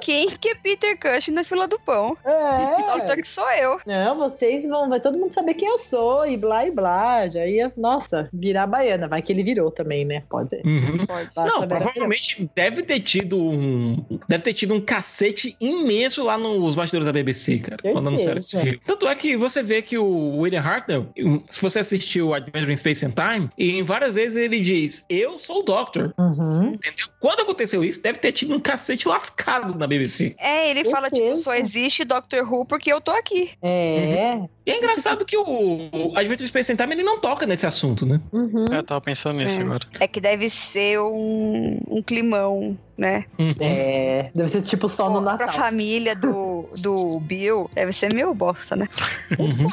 [SPEAKER 6] Quem que é Peter Cushing na fila do pão?
[SPEAKER 4] É.
[SPEAKER 6] (laughs)
[SPEAKER 5] tá
[SPEAKER 6] Doctor que sou eu.
[SPEAKER 4] Não, vocês vão, vai todo mundo saber quem eu sou e blá e blá. Já ia, nossa, virar baiana. Vai que ele virou também, né? Pode ser.
[SPEAKER 5] Uhum.
[SPEAKER 6] Pode.
[SPEAKER 4] Vai
[SPEAKER 5] Não,
[SPEAKER 4] saber.
[SPEAKER 5] provavelmente deve ter tido um. Deve ter tido um cacete imenso lá nos bastidores da BBC, cara.
[SPEAKER 4] Certeza.
[SPEAKER 5] Quando anunciaram esse filme. Tanto é que você vê que o William Hartnell, um, se você assistiu Adventure in Space and Time, e várias vezes ele diz: Eu sou o Doctor.
[SPEAKER 4] Uhum.
[SPEAKER 5] Entendeu? Quando aconteceu isso, deve ter tido um cacete lascado na BBC.
[SPEAKER 6] É, ele fala, tipo,
[SPEAKER 4] Certeza.
[SPEAKER 6] só existe Doctor Who porque eu tô aqui.
[SPEAKER 4] É.
[SPEAKER 5] E é engraçado que o, o Adventure Space in Time ele não toca nesse assunto, né?
[SPEAKER 4] Uhum.
[SPEAKER 2] É, eu tava pensando nisso
[SPEAKER 6] É.
[SPEAKER 2] agora.
[SPEAKER 6] É que deve ser um, um climão, né?
[SPEAKER 5] Hum,
[SPEAKER 4] É. Deve ser tipo só no
[SPEAKER 6] Pra
[SPEAKER 4] Natal.
[SPEAKER 6] família do, do Bill, deve ser meu bosta, né?
[SPEAKER 5] Uhum.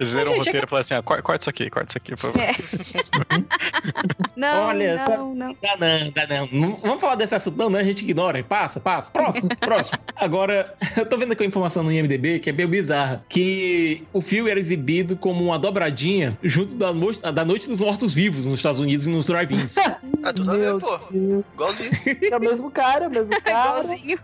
[SPEAKER 2] Eles leram o
[SPEAKER 5] gente, é
[SPEAKER 2] roteiro e falaram assim: ah, cor- corta isso aqui, corta isso aqui, por favor.
[SPEAKER 6] É. Não,
[SPEAKER 5] Olha,
[SPEAKER 6] não,
[SPEAKER 5] sabe-
[SPEAKER 6] não.
[SPEAKER 5] Dá não, dá não. Não vamos falar desse assunto, não, né? A gente ignora, passa, passa. (laughs) Próximo, próximo. Agora, (laughs) eu tô vendo aqui uma informação no IMDB que é meio bizarra: que o filme era exibido como uma dobradinha junto da, mo- da Noite dos Mortos-Vivos nos Estados Unidos e nos (laughs) drive-ins.
[SPEAKER 3] Ah, tudo a
[SPEAKER 4] Meu
[SPEAKER 3] ver, pô.
[SPEAKER 4] Deus.
[SPEAKER 3] Igualzinho.
[SPEAKER 4] É o mesmo cara, é o mesmo cara.
[SPEAKER 6] Igualzinho.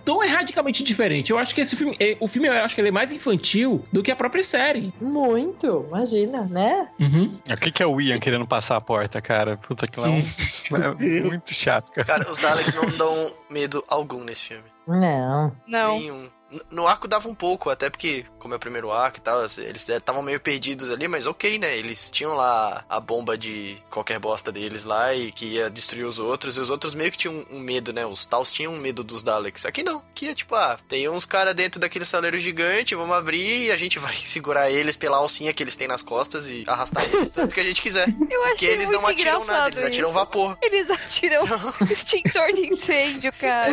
[SPEAKER 5] Então é radicalmente diferente. Eu acho que esse filme, é- o filme, eu acho que ele é mais infantil do que a própria série.
[SPEAKER 4] Muito, imagina, né?
[SPEAKER 5] Uhum.
[SPEAKER 2] O que, que é o Ian querendo passar a porta, cara? Puta que lá é, um- é muito chato, cara.
[SPEAKER 3] Cara, os Daleks não dão medo algum nesse filme.
[SPEAKER 4] Não.
[SPEAKER 6] Não.
[SPEAKER 3] Nenhum. N- No arco dava um pouco, até porque, como é o primeiro arco e tal, assim, eles estavam meio perdidos ali, mas ok, né? Eles tinham lá a bomba de qualquer bosta deles lá e que ia destruir os outros, e os outros meio que tinham um medo, né? Os Taos tinham um medo dos Daleks. Aqui não, aqui é tipo, ah, tem uns caras dentro daquele saleiro gigante, vamos abrir e a gente (laughs) vai segurar eles pela alcinha que eles têm nas costas e arrastar eles tanto que a gente quiser.
[SPEAKER 6] Eu
[SPEAKER 3] Porque
[SPEAKER 6] achei
[SPEAKER 3] eles
[SPEAKER 6] muito
[SPEAKER 3] não atiram
[SPEAKER 6] engraçado
[SPEAKER 3] nada, eles
[SPEAKER 6] isso.
[SPEAKER 3] atiram vapor. (laughs)
[SPEAKER 6] Eles (laughs) atiram extintor de incêndio, cara.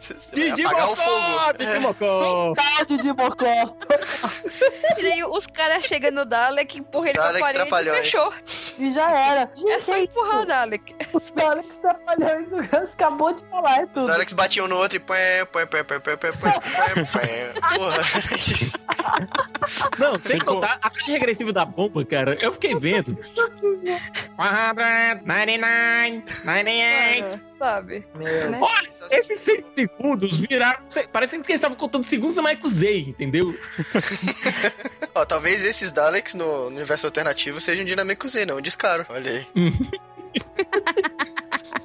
[SPEAKER 3] Você- você vai
[SPEAKER 5] Didi
[SPEAKER 3] apagar o
[SPEAKER 5] Mocó!
[SPEAKER 3] fogo. É.
[SPEAKER 5] Didi Mocó!
[SPEAKER 4] Tarde de Mocó.
[SPEAKER 6] E daí os caras chegam no Dalek, empurram
[SPEAKER 3] Os
[SPEAKER 6] ele pra
[SPEAKER 3] Daleks
[SPEAKER 6] parede e
[SPEAKER 3] trapalhões.
[SPEAKER 6] fechou.
[SPEAKER 4] E já era. Gente,
[SPEAKER 6] É só empurrar o Dalek.
[SPEAKER 4] Os Daleks trabalhando, (laughs) o Ganso acabou de falar e
[SPEAKER 3] Os
[SPEAKER 4] tudo.
[SPEAKER 3] Daleks batiam um no outro e. Pé, pé, pé, pé, pé, pé, pé, pé, pé. Porra.
[SPEAKER 5] Não, sem
[SPEAKER 2] Sem co-
[SPEAKER 5] contar a taxa regressiva da bomba, cara. Eu fiquei vendo. 499, 98.
[SPEAKER 6] Mano, sabe?
[SPEAKER 4] Meu.
[SPEAKER 5] Olha, esses 100 segundos viraram. Parece que eles estavam contando segundos, mas é com Z, entendeu?
[SPEAKER 3] Ó, talvez esses Daleks no no universo alternativo sejam Dinamico Z, não um descaro. Olha aí.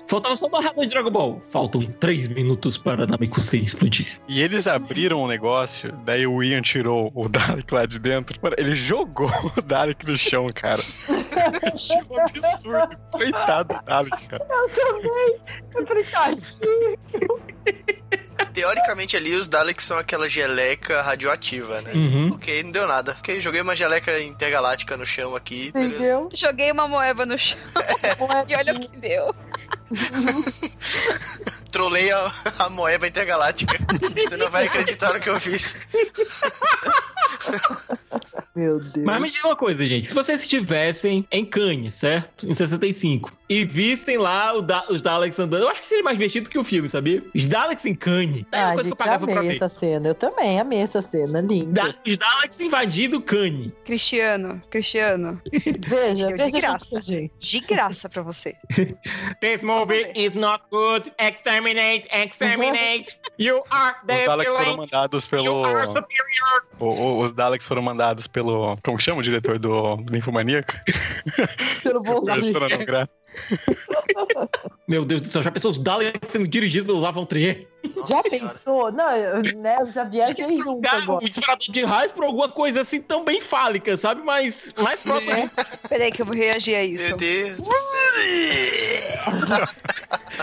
[SPEAKER 5] Faltava só uma rádio de Dragon Ball. Faltam 3 minutos para a Namiko C explodir.
[SPEAKER 2] E eles abriram um negócio, daí o Ian tirou o (laughs) Dalek lá de dentro. Mano, ele jogou (laughs) o Dalek no chão,
[SPEAKER 5] (laughs)
[SPEAKER 2] cara. Achei um absurdo. Coitado do Dalek, cara.
[SPEAKER 4] Eu também. Eu falei, tadinho.
[SPEAKER 3] Teoricamente ali, os Daleks são aquela geleca radioativa, né?
[SPEAKER 5] Uhum.
[SPEAKER 3] Ok, não deu nada. Ok, joguei uma geleca intergaláctica no chão aqui, beleza.
[SPEAKER 4] Entendeu? é assim.
[SPEAKER 6] Joguei uma moeba no chão e olha o que deu.
[SPEAKER 3] Trolei a, (laughs) a moeba intergaláctica. Você não vai acreditar no que eu fiz.
[SPEAKER 4] Meu Deus.
[SPEAKER 5] Mas me diga uma coisa, gente. Se vocês estivessem em Cannes, certo? Em 65, e vissem lá o Da- os Daleks andando, eu acho que seria mais divertido que o filme, sabia? Os Daleks em Cannes. É uma
[SPEAKER 4] Ah,
[SPEAKER 5] coisa
[SPEAKER 4] gente,
[SPEAKER 5] que eu pagava pra
[SPEAKER 4] amei
[SPEAKER 5] ver.
[SPEAKER 4] essa cena. Eu também amei essa cena. é Linda.
[SPEAKER 5] Da- os Daleks invadindo Cannes.
[SPEAKER 6] Cristiano, Cristiano,
[SPEAKER 4] Veja,
[SPEAKER 6] Deu de
[SPEAKER 4] veja essa
[SPEAKER 6] graça.
[SPEAKER 4] gente.
[SPEAKER 6] de graça pra você.
[SPEAKER 5] This
[SPEAKER 6] movie
[SPEAKER 5] is not good. Exterminate,
[SPEAKER 4] exterminate.
[SPEAKER 5] You are
[SPEAKER 2] Os Daleks foram mandados pelo. o- o- os Daleks foram mandados pelo. Como que chama o diretor do Ninfomaníaco?
[SPEAKER 4] Pelo bom
[SPEAKER 2] Persona não grata.
[SPEAKER 5] Meu Deus do céu, já pensou os Daleks sendo dirigidos pelo Lavon Trier?
[SPEAKER 4] Já
[SPEAKER 3] Nossa senhora.
[SPEAKER 4] pensou? Não, eu, né, eu já viajei junto
[SPEAKER 5] Cara,
[SPEAKER 4] agora.
[SPEAKER 5] o disparador de raios por alguma coisa assim tão bem fálica, sabe? Mas mais próximo.
[SPEAKER 6] Peraí que eu vou reagir a isso.
[SPEAKER 3] Meu Deus.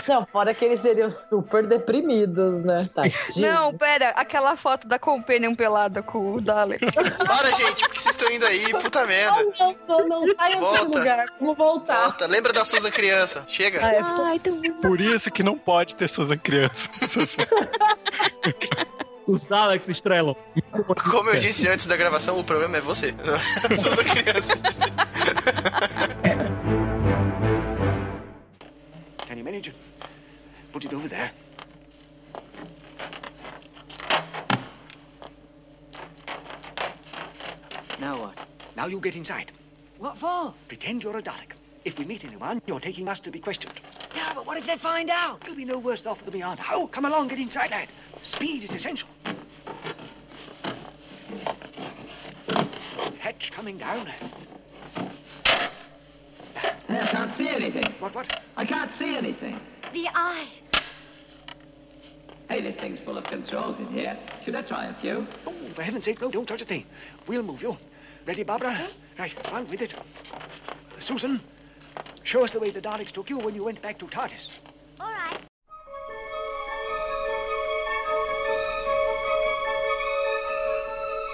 [SPEAKER 4] Não, fora que eles seriam super deprimidos, né? Tadinho.
[SPEAKER 6] Não, pera, aquela foto da Companion pelada com o Dalek. (laughs)
[SPEAKER 3] Para, gente, porque vocês estão indo aí? Puta merda.
[SPEAKER 4] Não, não, não, não. Sai desse
[SPEAKER 3] Volta.
[SPEAKER 4] lugar. Vamos voltar.
[SPEAKER 3] Volta, lembra da Susan criança. Chega.
[SPEAKER 4] Ah, é,
[SPEAKER 6] Ai, tão
[SPEAKER 2] Por isso que não pode ter Susan criança.
[SPEAKER 5] Os Daleks estrelam.
[SPEAKER 3] Como
[SPEAKER 5] É.
[SPEAKER 3] eu disse antes da gravação, o problema é você. (laughs) Susan criança.
[SPEAKER 7] Can you manage it? Put it over there. Now what? Now you get inside. What for? Pretend you're a Dalek. If we meet anyone, you're taking us to be questioned. Yeah, but what if they find out? You'll be no worse off than we are now. Come along, get inside, lad. Speed is essential. Hatch coming down.
[SPEAKER 9] I can't see anything.
[SPEAKER 7] What, what?
[SPEAKER 9] I can't see anything.
[SPEAKER 8] The eye.
[SPEAKER 9] Hey, this thing's full of controls in here. Should I try a few?
[SPEAKER 7] Oh, for heaven's sake, no, don't touch a thing. We'll move you. Ready, Barbara? Right, run with it. Susan, show us the way the Daleks took you when you went back to TARDIS.
[SPEAKER 8] All right.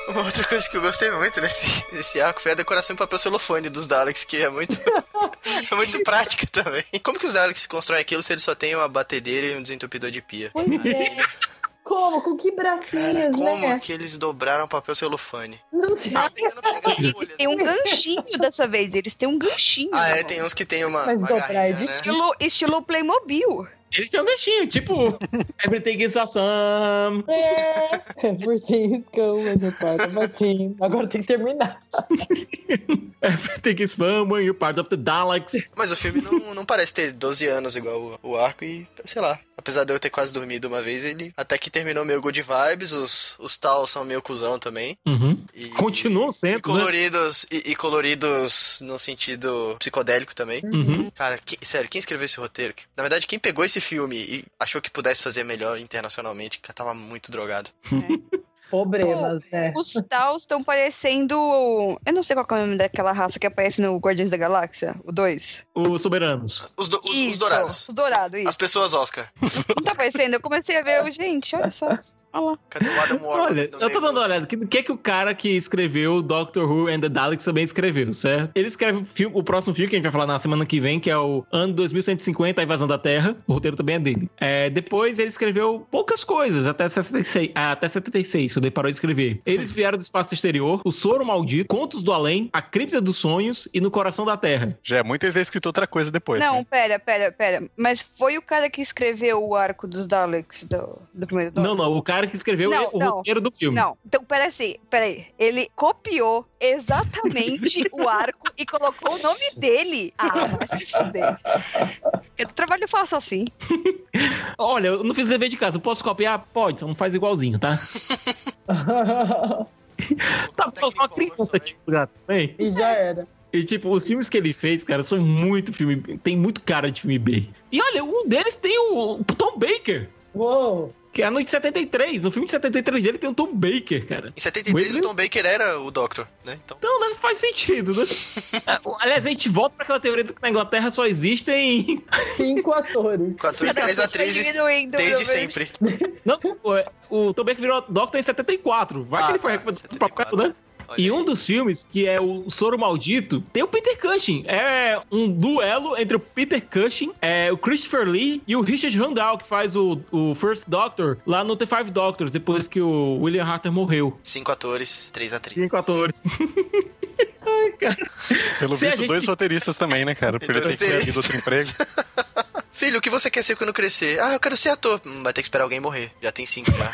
[SPEAKER 3] Uma outra coisa que eu gostei muito nesse, nesse arco foi a decoração em papel celofane dos Daleks, que é muito, (laughs) é muito prática também. Como que os Daleks constroem aquilo se eles só têm uma batedeira e um desentupidor de pia?
[SPEAKER 4] Pois é. Como? Com que bracinhas,
[SPEAKER 3] Como
[SPEAKER 4] né?
[SPEAKER 3] que eles dobraram papel celofane?
[SPEAKER 4] Não sei.
[SPEAKER 3] Tava tentando
[SPEAKER 4] (laughs)
[SPEAKER 3] pegar as
[SPEAKER 6] Eles
[SPEAKER 3] folhas.
[SPEAKER 6] têm um ganchinho dessa vez, eles têm um ganchinho.
[SPEAKER 3] Ah, é, tem uns que tem uma,
[SPEAKER 4] Mas
[SPEAKER 3] uma
[SPEAKER 4] dobrar é
[SPEAKER 3] garrinha, né?
[SPEAKER 4] difícil.
[SPEAKER 6] Estilo, estilo Playmobil.
[SPEAKER 5] Eles têm um ganchinho, tipo, everything is awesome. (laughs)
[SPEAKER 4] É Everything is going, meu pai. Tá batendo. Agora tem que terminar.
[SPEAKER 5] Everything is fun when you're part of the Daleks.
[SPEAKER 3] Mas o filme não, não parece ter 12 anos igual o, o arco e, sei lá, apesar de eu ter quase dormido uma vez, ele até que terminou meio good vibes, os, os tal são meio cuzão também.
[SPEAKER 5] Uhum.
[SPEAKER 3] E,
[SPEAKER 5] Continuam
[SPEAKER 3] e
[SPEAKER 5] sendo, né?
[SPEAKER 3] coloridos, e, e coloridos no sentido psicodélico também.
[SPEAKER 5] Uhum.
[SPEAKER 3] Cara, que- sério, quem escreveu esse roteiro? Na verdade, quem pegou esse filme e achou que pudesse fazer melhor internacionalmente, cara, tava muito drogado.
[SPEAKER 4] Problemas, né?
[SPEAKER 6] Os Taus estão parecendo. Eu não sei qual que é o nome daquela raça que aparece no Guardiões da Galáxia, o 2.
[SPEAKER 5] Os soberanos.
[SPEAKER 3] Os, do- os- os
[SPEAKER 6] Isso,
[SPEAKER 3] dourados.
[SPEAKER 6] Os dourados,
[SPEAKER 3] As
[SPEAKER 6] isso.
[SPEAKER 3] pessoas Oscar.
[SPEAKER 6] Não tá aparecendo? Eu comecei a ver, eu, gente,
[SPEAKER 5] (laughs)
[SPEAKER 6] olha só. Olha lá.
[SPEAKER 3] Cadê o Adam Warlock?
[SPEAKER 5] Olha,
[SPEAKER 3] no
[SPEAKER 5] eu tô
[SPEAKER 3] meio
[SPEAKER 5] dando uma
[SPEAKER 3] dos-
[SPEAKER 5] olhada. O que, que é que o cara que escreveu Doctor Who and the Daleks também escreveu, certo? Ele escreve o, filme- o próximo filme que a gente vai falar na semana que vem, que é o Ano 2150, A Invasão da Terra. O roteiro também é dele. É, depois ele escreveu poucas coisas, até 76, ah, até 76, quando ele parou de escrever. Eles vieram do espaço exterior, O Soro Maldito, Contos do Além, A Cripta dos Sonhos e No Coração da Terra.
[SPEAKER 2] Já é muito ele ter escrito outra coisa depois.
[SPEAKER 6] Não,
[SPEAKER 5] é.
[SPEAKER 2] né?
[SPEAKER 6] pera, pera, pera. Mas foi o cara que escreveu o arco dos Daleks do, do primeiro
[SPEAKER 5] Não, não, o cara que escreveu
[SPEAKER 6] Não,
[SPEAKER 5] o
[SPEAKER 6] não.
[SPEAKER 5] roteiro do filme.
[SPEAKER 6] Não, então peraí, assim, peraí. Ele copiou exatamente o arco e colocou o nome dele. Ah,
[SPEAKER 5] (laughs)
[SPEAKER 6] vai se fuder. Eu trabalho faço assim.
[SPEAKER 5] Olha, eu não fiz dever de casa. Eu posso copiar? Pode, só não faz igualzinho, tá? Tá, faltando uma criança, tipo, já também.
[SPEAKER 4] e já era.
[SPEAKER 5] E, tipo, os filmes que ele fez, cara, são muito filme. Tem muito cara de filme B. E olha, um deles tem o Tom Baker,
[SPEAKER 4] Uou!
[SPEAKER 5] que é a noite de 73. O filme de 73 dele tem o Tom Baker, cara.
[SPEAKER 3] Em 73,
[SPEAKER 5] William?
[SPEAKER 3] o Tom Baker era o Doctor, né? Então,
[SPEAKER 5] Então, não faz sentido, (laughs) né? Aliás, a gente volta pra aquela teoria de que na Inglaterra só existem. (laughs)
[SPEAKER 3] (laughs)
[SPEAKER 4] Cinco atores.
[SPEAKER 3] 14, três
[SPEAKER 6] Foi
[SPEAKER 3] atrizes
[SPEAKER 6] diminuindo o
[SPEAKER 3] desde
[SPEAKER 6] número de-
[SPEAKER 3] sempre.
[SPEAKER 5] Não, é, o, o Tom Baker virou Doctor em 74. Vai
[SPEAKER 3] Ah,
[SPEAKER 5] que ele foi
[SPEAKER 3] tá,
[SPEAKER 5] reconhecido pro próprio
[SPEAKER 3] 74.
[SPEAKER 5] cara, né?
[SPEAKER 3] Olha
[SPEAKER 5] E
[SPEAKER 3] aí.
[SPEAKER 5] um dos filmes, que é o Soro Maldito, tem o Peter Cushing. É um duelo entre o Peter Cushing, é, o Christopher Lee e o Richard Randall, que faz o, o First Doctor lá no The Five Doctors, depois que o William Harter morreu.
[SPEAKER 3] Cinco atores, três atrizes.
[SPEAKER 5] Cinco atores. (laughs) Ai, cara.
[SPEAKER 2] Pelo
[SPEAKER 5] Se a
[SPEAKER 2] visto,
[SPEAKER 5] gente-
[SPEAKER 2] dois roteiristas também, né, cara? Porque ele tem que ter ido outro emprego.
[SPEAKER 3] (laughs) Filho, o que você quer ser quando crescer? Ah, eu quero ser ator. Hum, vai ter que esperar alguém morrer. Já tem cinco
[SPEAKER 5] (laughs)
[SPEAKER 3] já.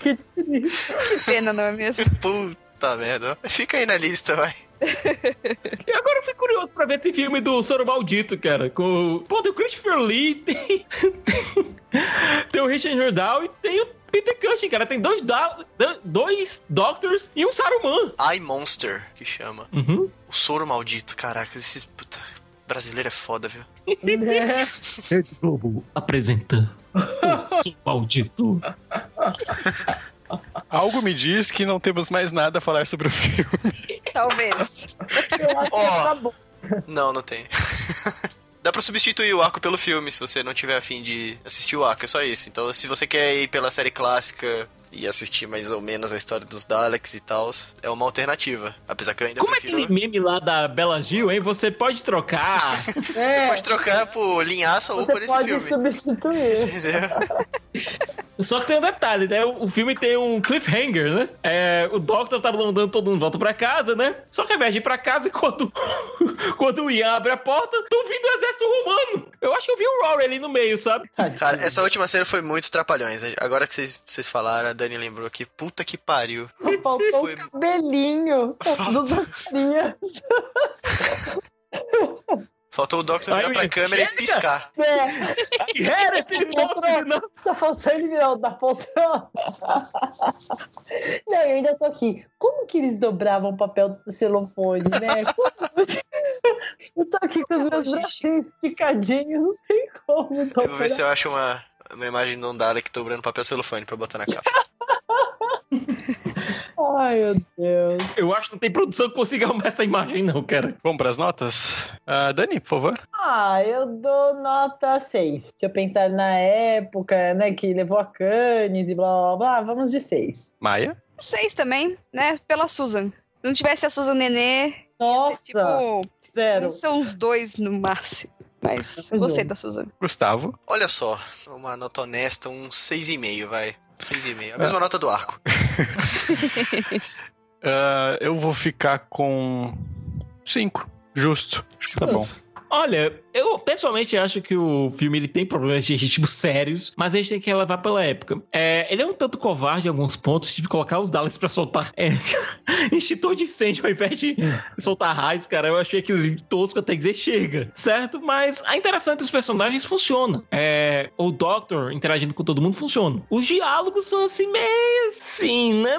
[SPEAKER 4] Que triste.
[SPEAKER 6] Que pena, não
[SPEAKER 3] (laughs)
[SPEAKER 6] é mesmo?
[SPEAKER 3] Puta merda. Fica aí na lista, vai.
[SPEAKER 5] E agora eu fico curioso pra ver esse filme do Soro Maldito, cara. Com... o- Pô, tem o Christopher Lee, (laughs) tem, tem... tem o Richard Randall e tem o Peter Cushing, cara. Tem dois, da... dois Doctors e um Saruman.
[SPEAKER 3] I Monster, que chama.
[SPEAKER 5] Uhum.
[SPEAKER 3] O soro maldito, caraca. Esse puta, brasileiro é foda, viu?
[SPEAKER 4] Né?
[SPEAKER 5] Rede Globo (laughs) apresenta o Sul Maldito.
[SPEAKER 2] Algo me diz que não temos mais nada a falar sobre o filme. (laughs)
[SPEAKER 6] Talvez.
[SPEAKER 4] Eu acho que
[SPEAKER 3] Ó.
[SPEAKER 4] tá bom.
[SPEAKER 3] Não, não tem. (laughs) Dá pra substituir o arco pelo filme, se você não tiver afim de assistir o arco, é só isso. Então, se você quer ir pela série clássica e assistir mais ou menos a história dos Daleks e tal, é uma alternativa. Apesar que eu ainda
[SPEAKER 5] Como é
[SPEAKER 3] prefiro...
[SPEAKER 5] aquele meme lá da Bela Gil, hein? Você pode trocar. (laughs)
[SPEAKER 4] É,
[SPEAKER 3] Pode trocar por linhaça ou
[SPEAKER 4] você
[SPEAKER 3] por esse
[SPEAKER 4] pode
[SPEAKER 3] filme.
[SPEAKER 4] substituir. (laughs)
[SPEAKER 3] Entendeu?
[SPEAKER 5] Só que tem um detalhe, né? O o filme tem um cliffhanger, né? É, o Doctor tá mandando todo mundo de volta pra casa, né? Só que ao invés de ir pra casa, (laughs) quando, quando o Ian abre a porta, tô vindo o exército romano. Eu acho que eu vi o Rory ali no meio, (laughs) sabe?
[SPEAKER 3] Cara, essa última cena foi muito trapalhões. Agora que vocês, vocês falaram, a Dani lembrou que puta que pariu.
[SPEAKER 4] Faltou
[SPEAKER 3] Foi-
[SPEAKER 4] o cabelinho dos
[SPEAKER 3] (laughs)
[SPEAKER 4] carinhas.
[SPEAKER 3] Faltou o Doctor
[SPEAKER 5] Ai,
[SPEAKER 3] virar pra
[SPEAKER 5] minha
[SPEAKER 3] câmera e
[SPEAKER 5] chega!
[SPEAKER 3] piscar.
[SPEAKER 4] É,
[SPEAKER 5] E era esse novo,
[SPEAKER 3] né?
[SPEAKER 5] não.
[SPEAKER 4] tá faltando ele virar o da poltrona. Não, eu ainda tô aqui. Como que eles dobravam o papel do celofone, né? Como- (laughs) Eu tô aqui com os meus bracinhos esticadinhos, não tem como
[SPEAKER 3] Eu vou ver se
[SPEAKER 4] dobrar.
[SPEAKER 3] eu acho uma, uma imagem de um Dalek dobrando papel celofane pra botar na capa.
[SPEAKER 4] Ai, meu Deus.
[SPEAKER 5] Eu acho que não tem produção que consiga arrumar essa imagem, não, cara.
[SPEAKER 2] Vamos pras notas? Ah, Dani, por favor.
[SPEAKER 4] Ah, eu dou nota 6. Se eu pensar na época, né, que levou a Cannes e blá blá blá, vamos de 6.
[SPEAKER 2] Maia?
[SPEAKER 6] Seis também, né? Pela Susan. Se não tivesse a Susan Nenê,
[SPEAKER 4] Nossa,
[SPEAKER 6] tipo,
[SPEAKER 4] zero.
[SPEAKER 6] não são uns dois no máximo. Mas
[SPEAKER 4] Pois
[SPEAKER 6] gostei
[SPEAKER 4] é.
[SPEAKER 6] da Susan.
[SPEAKER 2] Gustavo?
[SPEAKER 3] Olha só, uma nota honesta, um 6,5, vai.
[SPEAKER 2] É.
[SPEAKER 3] 6,5. A mesma nota do arco.
[SPEAKER 2] Ah, eu vou ficar com 5. Justo. Tá bom.
[SPEAKER 5] Olha, eu pessoalmente acho que o filme ele tem problemas de ritmo (laughs) sérios, mas a gente tem que levar pela época. É, ele é um tanto covarde em alguns pontos, tipo, colocar os Daleks pra soltar é, (laughs) extintor de incêndio ao invés de soltar raios, cara. Eu achei aquilo ali tosco até dizer chega, certo? Mas a interação entre os personagens funciona. É, o Doctor interagindo com todo mundo funciona. Os diálogos são assim, meio assim, né?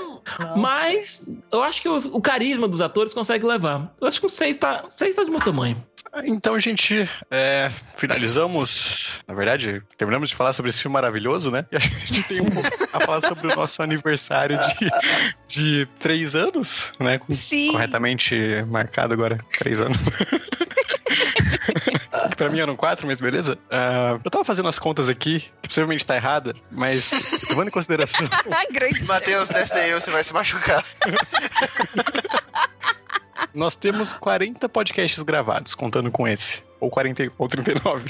[SPEAKER 5] Mas eu acho que os- o carisma dos atores consegue levar. Eu acho que o 6 tá, o seis tá do meu tamanho.
[SPEAKER 2] Então, gente, é, finalizamos. Na verdade, terminamos de falar sobre esse filme maravilhoso, né? E a (laughs) gente tem um pouco a falar sobre o nosso aniversário de, de três anos, né?
[SPEAKER 4] Hum,
[SPEAKER 2] Com-
[SPEAKER 6] Sim.
[SPEAKER 2] Corretamente marcado agora, três anos. Que pra mim eram quatro, mas beleza. Ah, eu tava fazendo as contas aqui, que possivelmente tá errada, mas levando em consideração
[SPEAKER 6] tá Grande.
[SPEAKER 3] (laughs) Matheus, testa aí, você vai se machucar.
[SPEAKER 2] Nós temos 40 podcasts gravados, contando com esse. Ou 40, ou 39.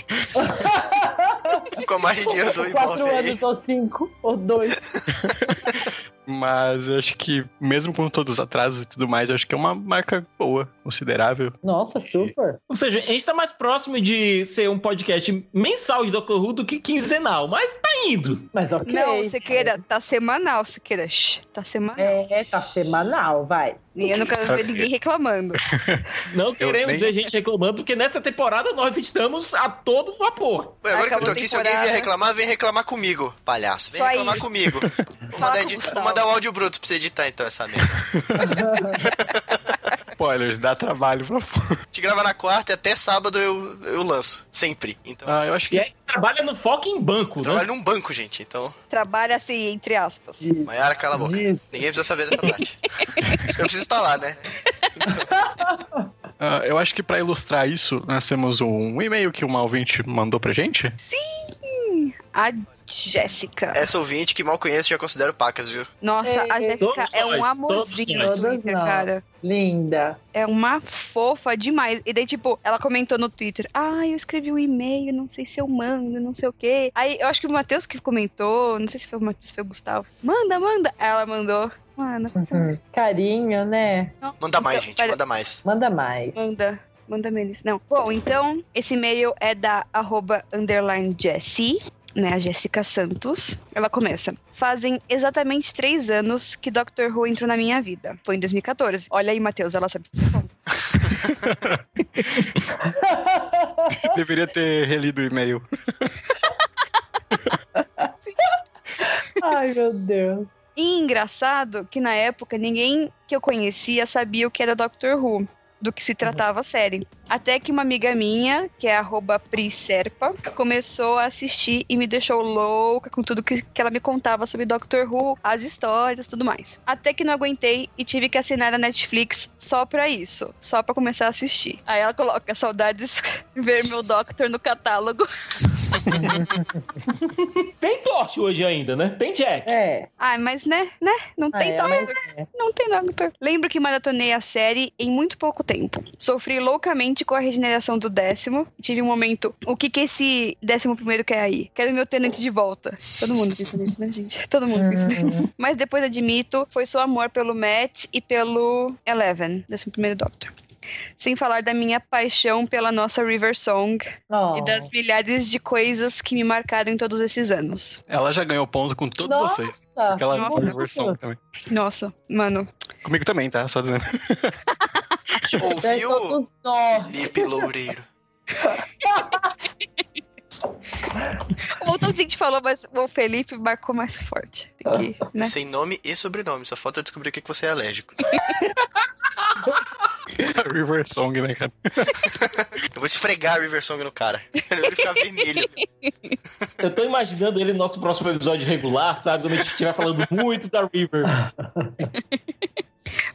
[SPEAKER 3] Com a margem tipo de erro do Ibope
[SPEAKER 4] Quatro
[SPEAKER 3] aí.
[SPEAKER 4] anos ou cinco ou dois.
[SPEAKER 2] Mas eu acho que, mesmo com todos os atrasos e tudo mais, eu acho que é uma marca boa, considerável.
[SPEAKER 4] Nossa, super.
[SPEAKER 5] Ou seja, a gente tá mais próximo de ser um podcast mensal de Dr. Who do que quinzenal, mas tá indo.
[SPEAKER 4] Mas ok.
[SPEAKER 6] Não, Siqueira, tá semanal, Siqueira. Shh, Tá semanal.
[SPEAKER 4] É, tá semanal, vai.
[SPEAKER 6] E Eu não quero ver ninguém reclamando.
[SPEAKER 5] Não queremos
[SPEAKER 2] nem-
[SPEAKER 5] ver gente reclamando, porque nessa temporada nós estamos a todo vapor.
[SPEAKER 3] Ué, agora que eu tô
[SPEAKER 6] Acabou a
[SPEAKER 3] aqui, se alguém
[SPEAKER 6] temporada.
[SPEAKER 3] vier reclamar, vem reclamar comigo, palhaço. Vem
[SPEAKER 6] Só
[SPEAKER 3] reclamar
[SPEAKER 6] aí. (laughs)
[SPEAKER 3] comigo. Vou mandar,
[SPEAKER 6] Fala com o
[SPEAKER 3] edi- vou
[SPEAKER 6] Gustavo.
[SPEAKER 3] mandar um áudio bruto pra você editar então essa merda.
[SPEAKER 2] Spoilers, dá trabalho pra porra.
[SPEAKER 3] A gente grava na quarta e até sábado eu, eu lanço. Sempre. Então.
[SPEAKER 2] Ah, eu acho
[SPEAKER 5] E
[SPEAKER 2] que.
[SPEAKER 5] aí trabalha no foco em banco,
[SPEAKER 3] eu
[SPEAKER 5] né?
[SPEAKER 3] Trabalho num banco, gente, então.
[SPEAKER 6] Trabalha assim, entre aspas.
[SPEAKER 4] Diz,
[SPEAKER 3] Maiara, cala a boca.
[SPEAKER 4] diz.
[SPEAKER 3] Ninguém precisa saber dessa
[SPEAKER 6] (laughs)
[SPEAKER 3] parte. Eu preciso estar lá, né?
[SPEAKER 2] ah, eu acho que pra ilustrar isso, nós temos um e-mail que uma ouvinte mandou pra gente.
[SPEAKER 6] A Jéssica.
[SPEAKER 3] Essa ouvinte que mal conheço já considero pacas, viu?
[SPEAKER 6] Nossa, a
[SPEAKER 4] Ei,
[SPEAKER 6] Jéssica
[SPEAKER 5] todos
[SPEAKER 6] é um
[SPEAKER 5] nós,
[SPEAKER 6] amorzinho no
[SPEAKER 5] todos
[SPEAKER 4] nós. Todas
[SPEAKER 6] Twitter,
[SPEAKER 4] nós.
[SPEAKER 6] cara.
[SPEAKER 4] Linda.
[SPEAKER 6] É uma fofa demais. E daí, tipo, ela comentou no Twitter: Ah, eu escrevi um e-mail, não sei se eu mando, não sei o quê. Aí eu acho que o Matheus que comentou, não sei se foi o Matheus, se foi o Gustavo. Manda, manda. Aí ela mandou. Mano,
[SPEAKER 4] Uhum. Carinho, né?
[SPEAKER 6] não.
[SPEAKER 3] Manda mais,
[SPEAKER 6] Então,
[SPEAKER 3] gente,
[SPEAKER 6] olha,
[SPEAKER 3] manda mais.
[SPEAKER 4] Manda mais.
[SPEAKER 6] Manda, manda menos. Não. Bom, então, esse e-mail é da arroba underline Jessie. Né, a Jéssica Santos. Ela começa. Fazem exatamente três anos que Doctor Who entrou na minha vida. Foi em 2014. Olha aí, Matheus, ela sabe.
[SPEAKER 2] Deveria ter relido o e-mail.
[SPEAKER 4] Ai, meu Deus.
[SPEAKER 6] E engraçado que na época ninguém que eu conhecia sabia o que era Doctor Who, do que se tratava a série. Até que uma amiga minha, que é arroba Priserpa, começou a assistir e me deixou louca com tudo que, que ela me contava sobre Doctor Who, as histórias tudo mais. Até que não aguentei e tive que assinar a Netflix só pra isso, só pra começar a assistir. Aí ela coloca saudades (laughs) ver meu Doctor no catálogo.
[SPEAKER 5] Tem Torte hoje ainda, né? Tem Jack.
[SPEAKER 4] É.
[SPEAKER 6] Ai, mas né, né? Não
[SPEAKER 4] Ah,
[SPEAKER 6] tem
[SPEAKER 4] é,
[SPEAKER 6] dó,
[SPEAKER 4] mas
[SPEAKER 6] né?
[SPEAKER 4] é.
[SPEAKER 6] Não tem dó, doutor. Lembro que maratonei a série em muito pouco tempo. Sofri loucamente com a regeneração do décimo. Tive um momento, o que que esse décimo primeiro quer aí? Quero meu tenente de volta. Todo mundo pensa nisso, né, gente? Todo mundo
[SPEAKER 4] É.
[SPEAKER 6] pensa nisso.
[SPEAKER 4] Uhum.
[SPEAKER 6] Mas depois admito, foi só amor pelo Matt e pelo Eleven, décimo primeiro Doctor. Sem falar da minha paixão pela nossa River Song
[SPEAKER 4] Oh.
[SPEAKER 6] e das milhares de coisas que me marcaram em todos esses anos.
[SPEAKER 2] Ela já ganhou ponto com todos
[SPEAKER 4] Nossa,
[SPEAKER 2] vocês. Aquela
[SPEAKER 6] nossa.
[SPEAKER 2] versão também.
[SPEAKER 6] Nossa, mano.
[SPEAKER 2] Comigo também, tá? Só dizendo.
[SPEAKER 3] Ouviu,
[SPEAKER 4] Todos nós.
[SPEAKER 3] Felipe Loureiro?
[SPEAKER 6] Um montão de gente falou, mas o Felipe marcou mais forte. Tem que,
[SPEAKER 3] (laughs)
[SPEAKER 6] né?
[SPEAKER 3] Sem nome e sobrenome, só falta eu descobrir o que que você é alérgico.
[SPEAKER 2] é River Song, né, cara?
[SPEAKER 3] Eu vou esfregar a River Song no cara. (laughs) Ele vai ficar vermelho.
[SPEAKER 5] Eu tô imaginando ele no nosso próximo episódio regular, sabe? Quando a gente estiver falando muito da River.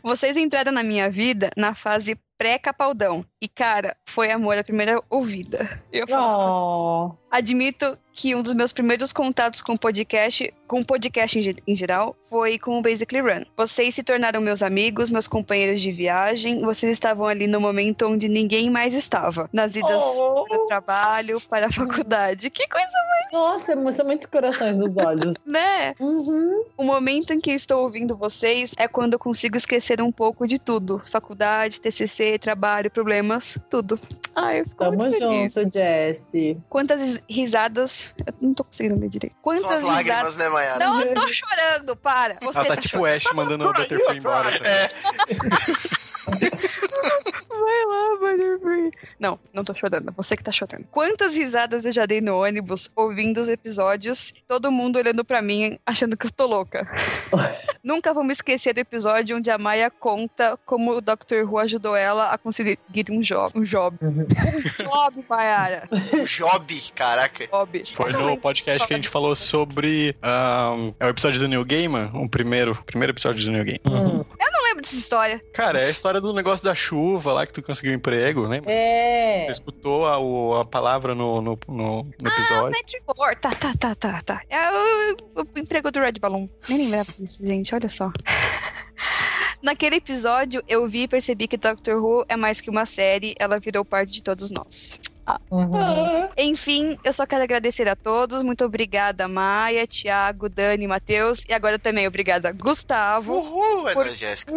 [SPEAKER 6] Vocês entraram na minha vida na fase pré-capaldão. E, cara, foi amor à primeira ouvida. Eu falo. assim.
[SPEAKER 4] Oh,
[SPEAKER 6] Admito que um dos meus primeiros contatos com podcast, com podcast em, ge- em geral, foi com o Basically Run. Vocês se tornaram meus amigos, meus companheiros de viagem. Vocês estavam ali no momento onde ninguém mais estava. Nas idas
[SPEAKER 4] Oh.
[SPEAKER 6] para o trabalho, para a faculdade. Que coisa,
[SPEAKER 4] nossa, são muitos corações nos olhos.
[SPEAKER 6] né?
[SPEAKER 4] (laughs) Uhum.
[SPEAKER 6] O momento em que estou ouvindo vocês é quando eu consigo esquecer um pouco de tudo. Faculdade, TCC, trabalho, problemas, tudo. Ai, eu fico
[SPEAKER 4] Tamo
[SPEAKER 6] muito feliz.
[SPEAKER 4] junto, Jesse.
[SPEAKER 6] Quantas risadas... Eu não tô conseguindo ler direito. Quantas
[SPEAKER 3] São as
[SPEAKER 6] risadas...
[SPEAKER 3] lágrimas, né, Mayara?
[SPEAKER 6] Não, eu tô chorando,
[SPEAKER 3] (laughs)
[SPEAKER 6] para. Você
[SPEAKER 2] Ela tá tipo Ash mandando o Butterfree embora. tá?
[SPEAKER 6] Vai lá, Butterfree. Não, não tô chorando. Você que tá chorando. Quantas risadas eu já dei no ônibus ouvindo os episódios, todo mundo olhando pra mim, achando que eu tô louca. Nunca vou me esquecer do episódio onde a Maia conta como o Dr. Who ajudou ela a conseguir um job. Um job. Um job, Mayara.
[SPEAKER 3] Job, caraca.
[SPEAKER 6] Job.
[SPEAKER 2] Foi no podcast que a gente falou sobre. ahn, é o episódio do New Gaiman, o primeiro, primeiro episódio do New Game.
[SPEAKER 5] Uhum.
[SPEAKER 6] Eu não lembro dessa história.
[SPEAKER 2] Cara, é a história do negócio da chuva lá que tu conseguiu um emprego, lembra?
[SPEAKER 4] É.
[SPEAKER 2] Tu escutou a, o- a palavra no, no, no- no episódio.
[SPEAKER 6] Metrivor. Tá, tá, tá, tá, tá. É o, o emprego do Red Balloon. Nem lembrava disso, gente. Olha só. (laughs) Naquele episódio, eu vi e percebi que Doctor Who é mais que uma série, ela virou parte de todos nós.
[SPEAKER 4] Uhum.
[SPEAKER 6] Enfim, eu só quero agradecer a todos. Muito obrigada, Maia, Thiago, Dani, Matheus. E agora também obrigada, Gustavo,
[SPEAKER 3] Uhul, é
[SPEAKER 6] Por-
[SPEAKER 3] nóis, Jéssica.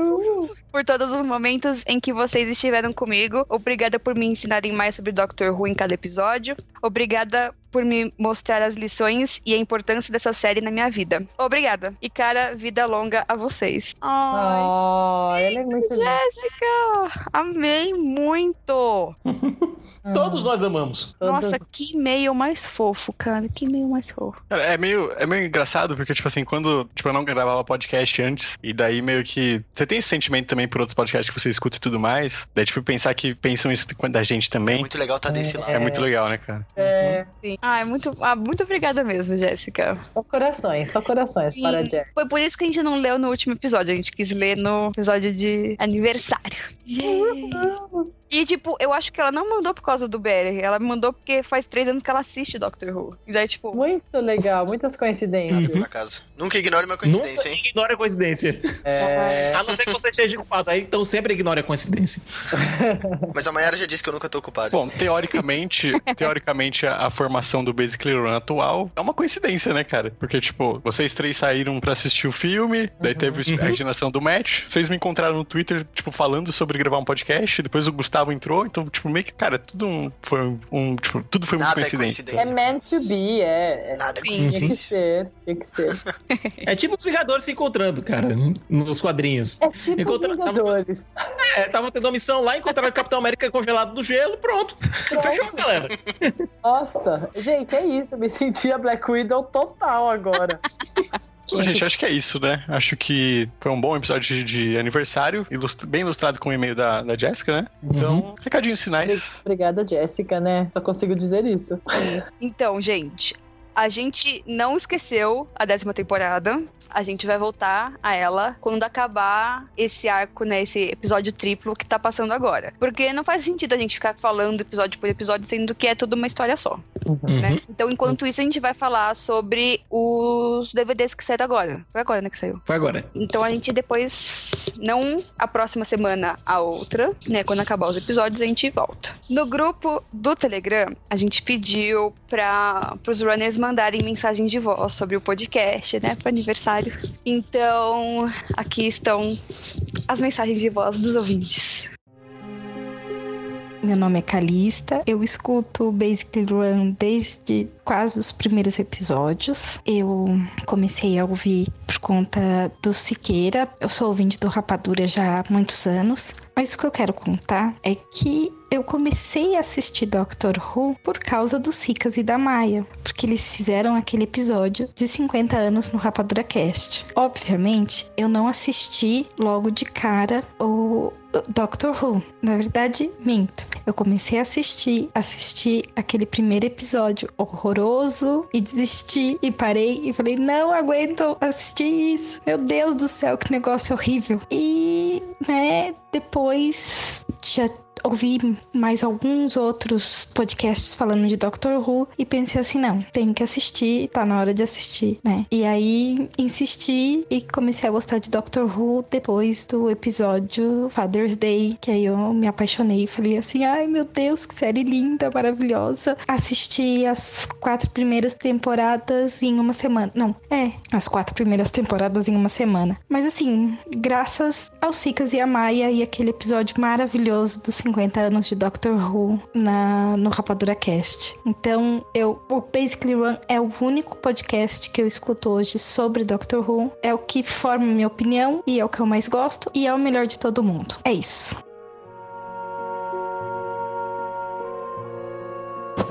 [SPEAKER 6] por todos os momentos em que vocês estiveram comigo. Obrigada por me ensinarem mais sobre Doctor Who em cada episódio. Obrigada por me mostrar as lições e a importância dessa série na minha vida. Obrigada. E, cara, vida longa a vocês. Ai.
[SPEAKER 4] Oh, ele é muito
[SPEAKER 6] Jéssica, amei muito.
[SPEAKER 4] Hum,
[SPEAKER 5] Todos nós amamos.
[SPEAKER 4] todos-
[SPEAKER 6] Nossa, que e-mail mais fofo, cara. Que e-mail mais fofo.
[SPEAKER 2] Cara, é meio, é meio engraçado, porque, tipo assim, quando tipo, eu não gravava podcast antes, e daí meio que. Você tem esse sentimento também por outros podcasts que você escuta e tudo mais. Daí, tipo, pensar que pensam isso da gente
[SPEAKER 3] É
[SPEAKER 2] também.
[SPEAKER 3] muito legal tá desse lado.
[SPEAKER 2] É muito legal, né, cara?
[SPEAKER 4] É,
[SPEAKER 6] Sim. Ai, muito, ah, muito obrigada mesmo, Jéssica.
[SPEAKER 4] só corações, só corações
[SPEAKER 6] Sim.
[SPEAKER 4] para a Jess.
[SPEAKER 6] Foi por isso que a gente não leu no último episódio. A gente quis ler no episódio de aniversário. E, tipo, eu acho que ela não mandou por causa do BR. Ela me mandou porque faz três anos que ela assiste Doctor Who. E daí, tipo,
[SPEAKER 4] Muito legal, muitas coincidências.
[SPEAKER 3] Por acaso. Nunca ignore uma
[SPEAKER 5] Nunca
[SPEAKER 3] coincidência, hein?
[SPEAKER 5] ignore a coincidência.
[SPEAKER 4] É,
[SPEAKER 5] A não ser que você esteja ocupado aí, então sempre ignore a coincidência.
[SPEAKER 3] Mas a Mayara já disse que eu nunca tô ocupado.
[SPEAKER 2] Bom, teoricamente, teoricamente a, a formação do Basically Run atual é uma coincidência, né, cara? Porque, tipo, vocês três saíram pra assistir o filme, daí teve a imaginação do match, vocês me encontraram no Twitter, tipo, falando sobre gravar um podcast, depois o Gustavo entrou, então, tipo, meio que, cara, tudo um- foi um, um, tipo, tudo foi uma
[SPEAKER 3] Nada é
[SPEAKER 2] coincidência.
[SPEAKER 4] é
[SPEAKER 3] coincidência.
[SPEAKER 4] meant to be, é. é-
[SPEAKER 3] Nada é
[SPEAKER 6] Sim.
[SPEAKER 3] coincidência.
[SPEAKER 4] Tinha que ser, tinha que ser.
[SPEAKER 5] É tipo os Vingadores se encontrando, cara, nos quadrinhos.
[SPEAKER 4] É tipo os
[SPEAKER 5] Encontra-
[SPEAKER 4] Vingadores.
[SPEAKER 5] É, tava tendo uma missão lá, encontraram o Capitão América congelado no gelo, pronto. Fechou, galera.
[SPEAKER 4] Nossa, gente, é isso. Eu me senti a Black Widow total agora.
[SPEAKER 2] Bom, gente, acho que é isso, né? Acho que foi um bom episódio de, de aniversário, ilust- bem ilustrado com o e-mail da, da Jéssica, né? Então, recadinhos finais.
[SPEAKER 4] Obrigada, Jéssica, né? Só consigo dizer isso.
[SPEAKER 6] Então, gente, a gente não esqueceu a décima temporada. A gente vai voltar a ela quando acabar esse arco, né? Esse episódio triplo que tá passando agora. Porque não faz sentido a gente ficar falando episódio por episódio, sendo que é tudo uma história só,
[SPEAKER 5] Uhum.
[SPEAKER 6] né? Então, enquanto isso, a gente vai falar sobre os DVDs que saíram agora. Foi agora, né, que saiu.
[SPEAKER 5] Foi agora.
[SPEAKER 6] Então a gente depois, não a próxima semana, a outra, né? Quando acabar os episódios, a gente volta. No grupo do Telegram, a gente pediu para os runners mandarem mensagem de voz sobre o podcast, né? Pro aniversário. Então, aqui estão as mensagens de voz dos ouvintes.
[SPEAKER 10] Meu nome é Calista. Eu escuto o Basically Run desde quase os primeiros episódios. Eu comecei a ouvir por conta do Siqueira. Eu sou ouvinte do Rapadura já há muitos anos. Mas o que eu quero contar é que eu comecei a assistir Doctor Who por causa do Sicas e da Maia, porque eles fizeram aquele episódio de 50 anos no Rapadura Cast. Obviamente, eu não assisti logo de cara o Doctor Who. Na verdade, minto. Eu comecei a assistir, assisti aquele primeiro episódio horroroso e desisti e parei e falei: "Não aguento assistir isso. Meu Deus do céu, que negócio horrível". E né, depois já ouvi mais alguns outros podcasts falando de Doctor Who e pensei assim, não, tenho que assistir, tá na hora de assistir, né? E aí insisti e comecei a gostar de Doctor Who depois do episódio Father's Day, que aí eu me apaixonei e falei assim, ai meu Deus, que série linda, maravilhosa. Assisti as quatro primeiras temporadas em uma semana. Não, é, as quatro primeiras temporadas em uma semana. Mas assim, graças aos Sicas e a Maia e aquele episódio maravilhoso dos 50 anos de Doctor Who na, no Rapadura Cast. Então, eu, o Basically Run é o único podcast que eu escuto hoje sobre Doctor Who. É o que forma minha opinião e é o que eu mais gosto e é o melhor de todo mundo. É isso.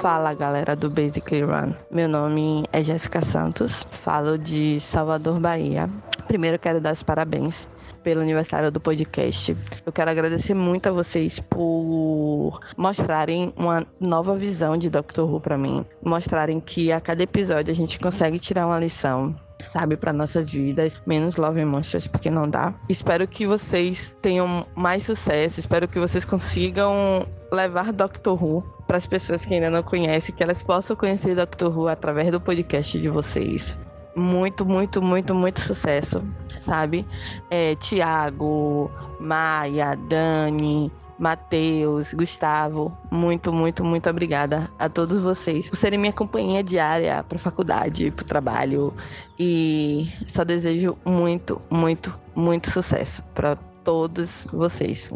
[SPEAKER 11] Fala galera do Basically Run. Meu nome é Jéssica Santos, falo de Salvador, Bahia. Primeiro quero dar os parabéns pelo aniversário do podcast. Eu quero agradecer muito a vocês por mostrarem uma nova visão de Doctor Who para mim, mostrarem que a cada episódio a gente consegue tirar uma lição. Sabe, para nossas vidas, menos Love and Monsters, porque não dá. Espero que vocês tenham mais sucesso. Espero que vocês consigam levar Doctor Who para as pessoas que ainda não conhecem, que elas possam conhecer Doctor Who através do podcast de vocês muito, muito, muito, muito sucesso, sabe? É, Tiago, Maia, Dani, Matheus, Gustavo, muito, muito, muito obrigada a todos vocês por serem minha companhia diária para faculdade, para o trabalho e só desejo muito, muito, muito sucesso para todos vocês.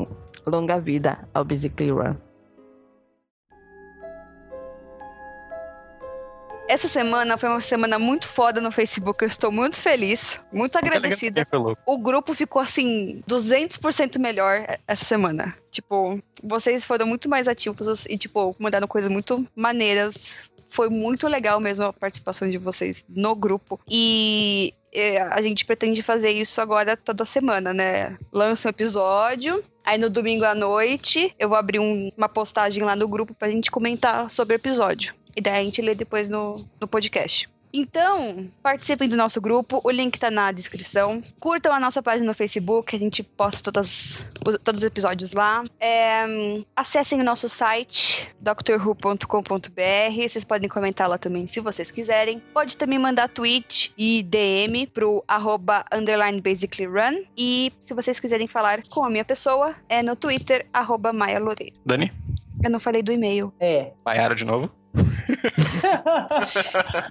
[SPEAKER 11] Longa vida ao Bicycle Run.
[SPEAKER 6] Essa semana foi uma semana muito foda no Facebook. Eu estou muito feliz, muito agradecida. O grupo ficou assim 200% melhor essa semana. Tipo, vocês foram muito mais ativos e tipo mandaram coisas muito maneiras. Foi muito legal mesmo a participação de vocês no grupo. E a gente pretende fazer isso agora toda semana, né? Lança um episódio, Aí no domingo à noite eu vou abrir um, uma postagem lá no grupo pra gente comentar sobre o episódio. E daí a gente lê depois no, no podcast. Então, participem do nosso grupo, o link tá na descrição. Curtam a nossa página no Facebook, a gente posta todas, os, todos os episódios lá. É, acessem o nosso site, drwho.com.br. Vocês podem comentar lá também se vocês quiserem. Pode também mandar tweet e DM pro arroba underline basically run. E se vocês quiserem falar com a minha pessoa, é no Twitter, arroba Maia Loureiro.
[SPEAKER 2] Dani?
[SPEAKER 6] Eu não falei do e-mail.
[SPEAKER 4] É.
[SPEAKER 2] Maiara de novo?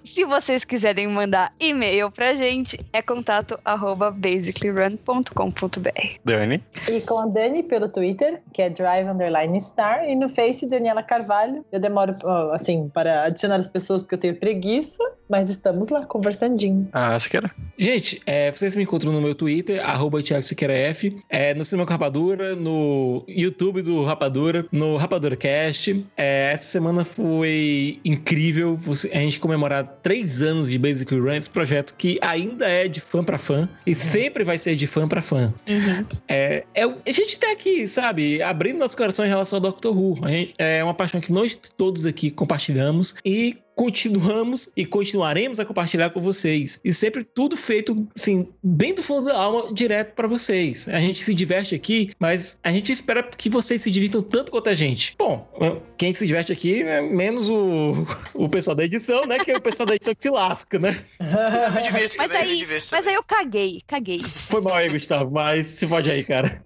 [SPEAKER 6] Se vocês quiserem mandar e-mail pra gente, é contato arroba basicallyrun.com.br.
[SPEAKER 2] Dani.
[SPEAKER 4] (laughs) E com a Dani pelo Twitter, que é drive underline star, e no Face, Daniela Carvalho. Eu demoro, assim, para adicionar as pessoas porque eu tenho preguiça, mas estamos lá conversandinho.
[SPEAKER 2] Ah, Siqueira.
[SPEAKER 5] Gente, é, vocês me encontram no meu Twitter, arroba Thiago Siqueira F, é, no Cinema com Rapadura, no YouTube do Rapadura, no Rapadura Cast. É, essa semana foi incrível a gente comemorar três anos de Basic Run, esse projeto que ainda é de fã para fã e uhum. sempre vai ser de fã para fã. Uhum. É, é, a gente tá aqui, sabe, abrindo nosso coração em relação ao Doctor Who. Gente, é uma paixão que nós todos aqui compartilhamos e continuamos e continuaremos a compartilhar com vocês. E sempre tudo feito, assim, bem do fundo da alma, direto para vocês. A gente se diverte aqui, mas a gente espera que vocês se divirtam tanto quanto a gente. Bom, quem se diverte aqui é né, menos o, o pessoal da edição, né? Que é o pessoal da edição que se lasca, né?
[SPEAKER 3] Eu me divirto
[SPEAKER 6] mas,
[SPEAKER 3] também,
[SPEAKER 6] aí,
[SPEAKER 3] me divirto
[SPEAKER 6] mas aí eu caguei, caguei.
[SPEAKER 5] Foi mal aí, Gustavo, mas se fode aí, cara.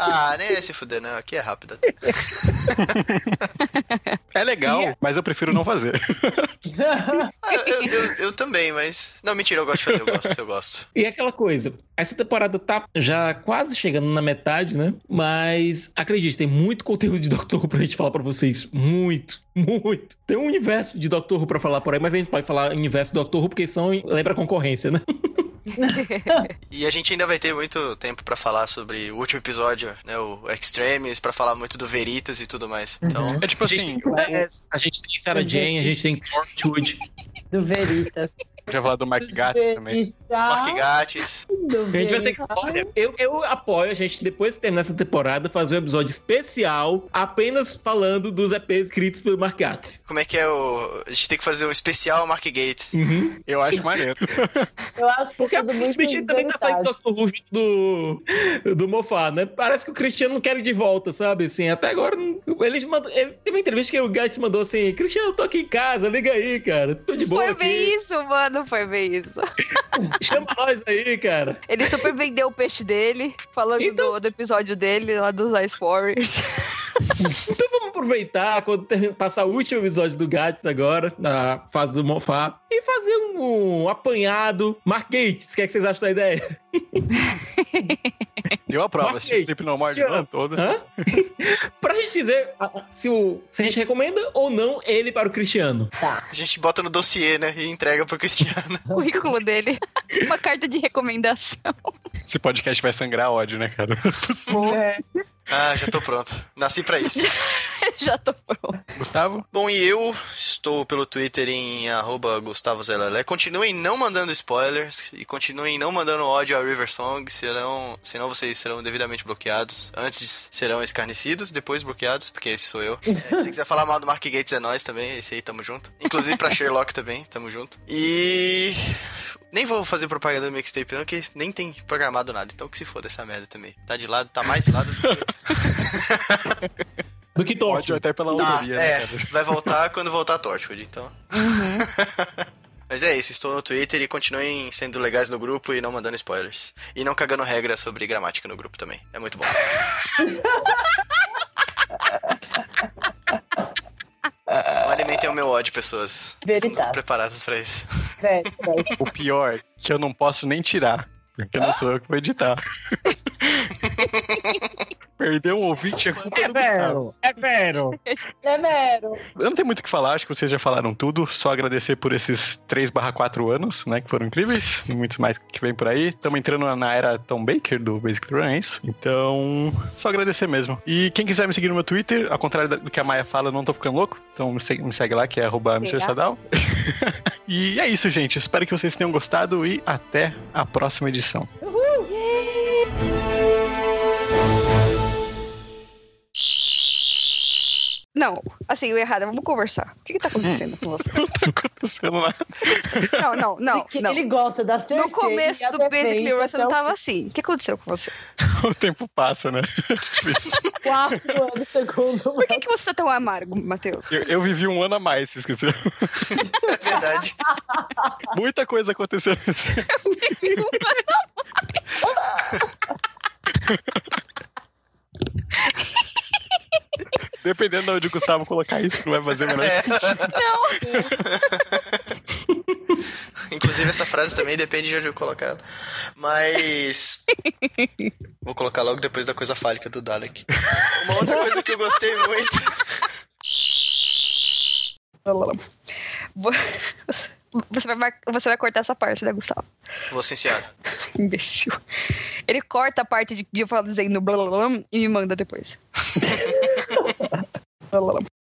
[SPEAKER 3] Ah, nem é se fuder, não. Aqui é rápida.
[SPEAKER 2] É legal, yeah. mas eu prefiro não fazer.
[SPEAKER 3] ah, eu, eu, eu, também, mas. Não, mentira, eu gosto de fazer, eu gosto, eu gosto.
[SPEAKER 5] E é aquela coisa, essa temporada tá já quase chegando na metade, né? Mas acredite, tem muito conteúdo de Doctor Who pra gente falar pra vocês. Muito, muito. Tem um universo de Doctor Who pra falar por aí, mas a gente pode falar universo do Doctor Who porque são. Lembra a concorrência, né?
[SPEAKER 3] e a gente ainda vai ter muito tempo para falar sobre o último episódio, né? O Extremes, para falar muito do Veritas e tudo mais. Então,
[SPEAKER 2] é tipo assim,
[SPEAKER 5] a gente tem Sarah Jane, a gente tem Torchwood.
[SPEAKER 4] (laughs) Do Veritas. Ah.
[SPEAKER 2] Já falar do Mark Gatiss também.
[SPEAKER 3] Mark Gatiss.
[SPEAKER 4] lindo,
[SPEAKER 5] A gente vai
[SPEAKER 4] velho.
[SPEAKER 5] ter que. né? Olha, eu, eu apoio a gente, depois de terminar essa temporada, fazer um episódio especial apenas falando dos EPs escritos pelo Mark Gates.
[SPEAKER 3] Como é que é o. A gente tem que fazer um especial Mark Gates.
[SPEAKER 2] Eu acho maneiro.
[SPEAKER 4] Eu acho que
[SPEAKER 5] Porque
[SPEAKER 4] tudo
[SPEAKER 5] o
[SPEAKER 4] muito
[SPEAKER 5] Christian também tá saindo do Doctor Who do, do Mofá, né? Parece que o Cristiano não quer ele de volta, sabe? Assim, até agora, não- eles mandam, ele teve uma entrevista que o Gates mandou assim, Cristiano, eu tô aqui em casa, liga aí, cara. Tô de boa
[SPEAKER 6] Foi
[SPEAKER 5] aqui.
[SPEAKER 6] bem isso, mano. Foi bem isso.
[SPEAKER 5] (laughs) Chama nós aí, cara.
[SPEAKER 6] Ele super vendeu o peixe dele, falando
[SPEAKER 5] Então-
[SPEAKER 6] do, do episódio dele lá dos Ice Warriors. (laughs)
[SPEAKER 5] Então vamos aproveitar quando ter- passar o último episódio do Gates agora, na fase do Mofá, e fazer um, apanhado. Mark Gates, o que, é que vocês acham da ideia? (laughs)
[SPEAKER 2] Eu aprovo.
[SPEAKER 5] Ok.
[SPEAKER 2] Assistir Sleep No More de
[SPEAKER 5] Tchau.
[SPEAKER 2] novo, todas.
[SPEAKER 5] Hã? pra gente dizer a- se, o, se a gente recomenda ou não ele para o Cristiano.
[SPEAKER 3] A gente bota no dossiê, né? E entrega pro Cristiano.
[SPEAKER 6] O currículo dele. Uma carta de recomendação. (laughs)
[SPEAKER 2] Esse podcast vai sangrar ódio, né, cara?
[SPEAKER 3] Ah, já tô pronto. Nasci pra isso.
[SPEAKER 6] Já tô pronto.
[SPEAKER 2] Gustavo?
[SPEAKER 3] Bom, e eu estou pelo Twitter em arroba Gustavo Zelelé. Continuem não mandando spoilers e continuem não mandando ódio a River Song, serão, senão vocês serão devidamente bloqueados. Antes serão escarnecidos, depois bloqueados, porque esse sou eu. É, se quiser falar mal do Mark Gates é nós também, esse aí tamo junto. Inclusive pra Sherlock também, tamo junto. E nem vou fazer propaganda do mixtape não, que nem tem programado nada, então que se foda essa merda também. Tá de lado, tá mais de lado do que...
[SPEAKER 5] Do que
[SPEAKER 2] Ódio
[SPEAKER 5] Torte.
[SPEAKER 2] até pela
[SPEAKER 3] Ah,
[SPEAKER 2] autoria, né,
[SPEAKER 3] é,
[SPEAKER 2] cara?
[SPEAKER 3] vai voltar quando voltar a Torchwood, então. (laughs) Mas é isso, estou no Twitter e continuem sendo legais no grupo e não mandando spoilers. E não cagando regra sobre gramática no grupo também. É muito bom. não alimentem o meu ódio, pessoas. Vocês não estão
[SPEAKER 4] Veritas.
[SPEAKER 3] preparadas pra isso. (laughs)
[SPEAKER 4] velho, velho.
[SPEAKER 2] O pior é que eu não posso nem tirar. Porque não sou eu que vou editar. Perder um ouvinte é culpa do Gustavo.
[SPEAKER 5] é vero.
[SPEAKER 4] É mero.
[SPEAKER 2] Eu não tenho muito o que falar, acho que vocês já falaram tudo. Só agradecer por esses 3 barra 4 anos, né? Que foram incríveis. E Muito mais que vem por aí. Estamos entrando na era Tom Baker do Basic Run, é isso? Então, só agradecer mesmo. E quem quiser me seguir no meu Twitter, ao contrário da- do que a Maia fala, eu não tô ficando louco. Então me segue, me segue lá, que é arroba Mr. Sadal. (laughs) e é isso, gente. Espero que vocês tenham gostado e até a próxima edição.
[SPEAKER 6] Não, assim, eu errada. Vamos conversar. O que, que tá acontecendo com você?
[SPEAKER 2] Sei lá.
[SPEAKER 6] Não, não, não.
[SPEAKER 4] Que
[SPEAKER 6] não.
[SPEAKER 4] Ele gosta da certeza.
[SPEAKER 6] No começo
[SPEAKER 4] e a
[SPEAKER 6] do Basic
[SPEAKER 4] defesa é
[SPEAKER 6] Leroy, você não
[SPEAKER 4] até
[SPEAKER 6] tava assim. O que aconteceu com você?
[SPEAKER 2] O (laughs) tempo passa, né?
[SPEAKER 4] o Quatro anos segundo.
[SPEAKER 6] Por que, que você tá tão amargo, Matheus?
[SPEAKER 2] Eu, eu vivi um ano a mais, se esqueceu.
[SPEAKER 3] É verdade.
[SPEAKER 2] Muita coisa aconteceu nesse Dependendo de onde o Gustavo colocar isso, não vai fazer melhor.
[SPEAKER 3] É. Inclusive, essa frase também depende de onde eu colocar ela. Mas. Vou colocar logo depois da coisa fálica do Dalek. Uma outra coisa que eu gostei muito.
[SPEAKER 6] Vo- Você vai, mar- você vai cortar essa parte, né, Gustavo? (laughs)
[SPEAKER 3] Vou sincero.
[SPEAKER 6] Imbecil. Ele corta a parte de, de eu falar dizendo blá blá blá e me manda depois. Blá blá blá.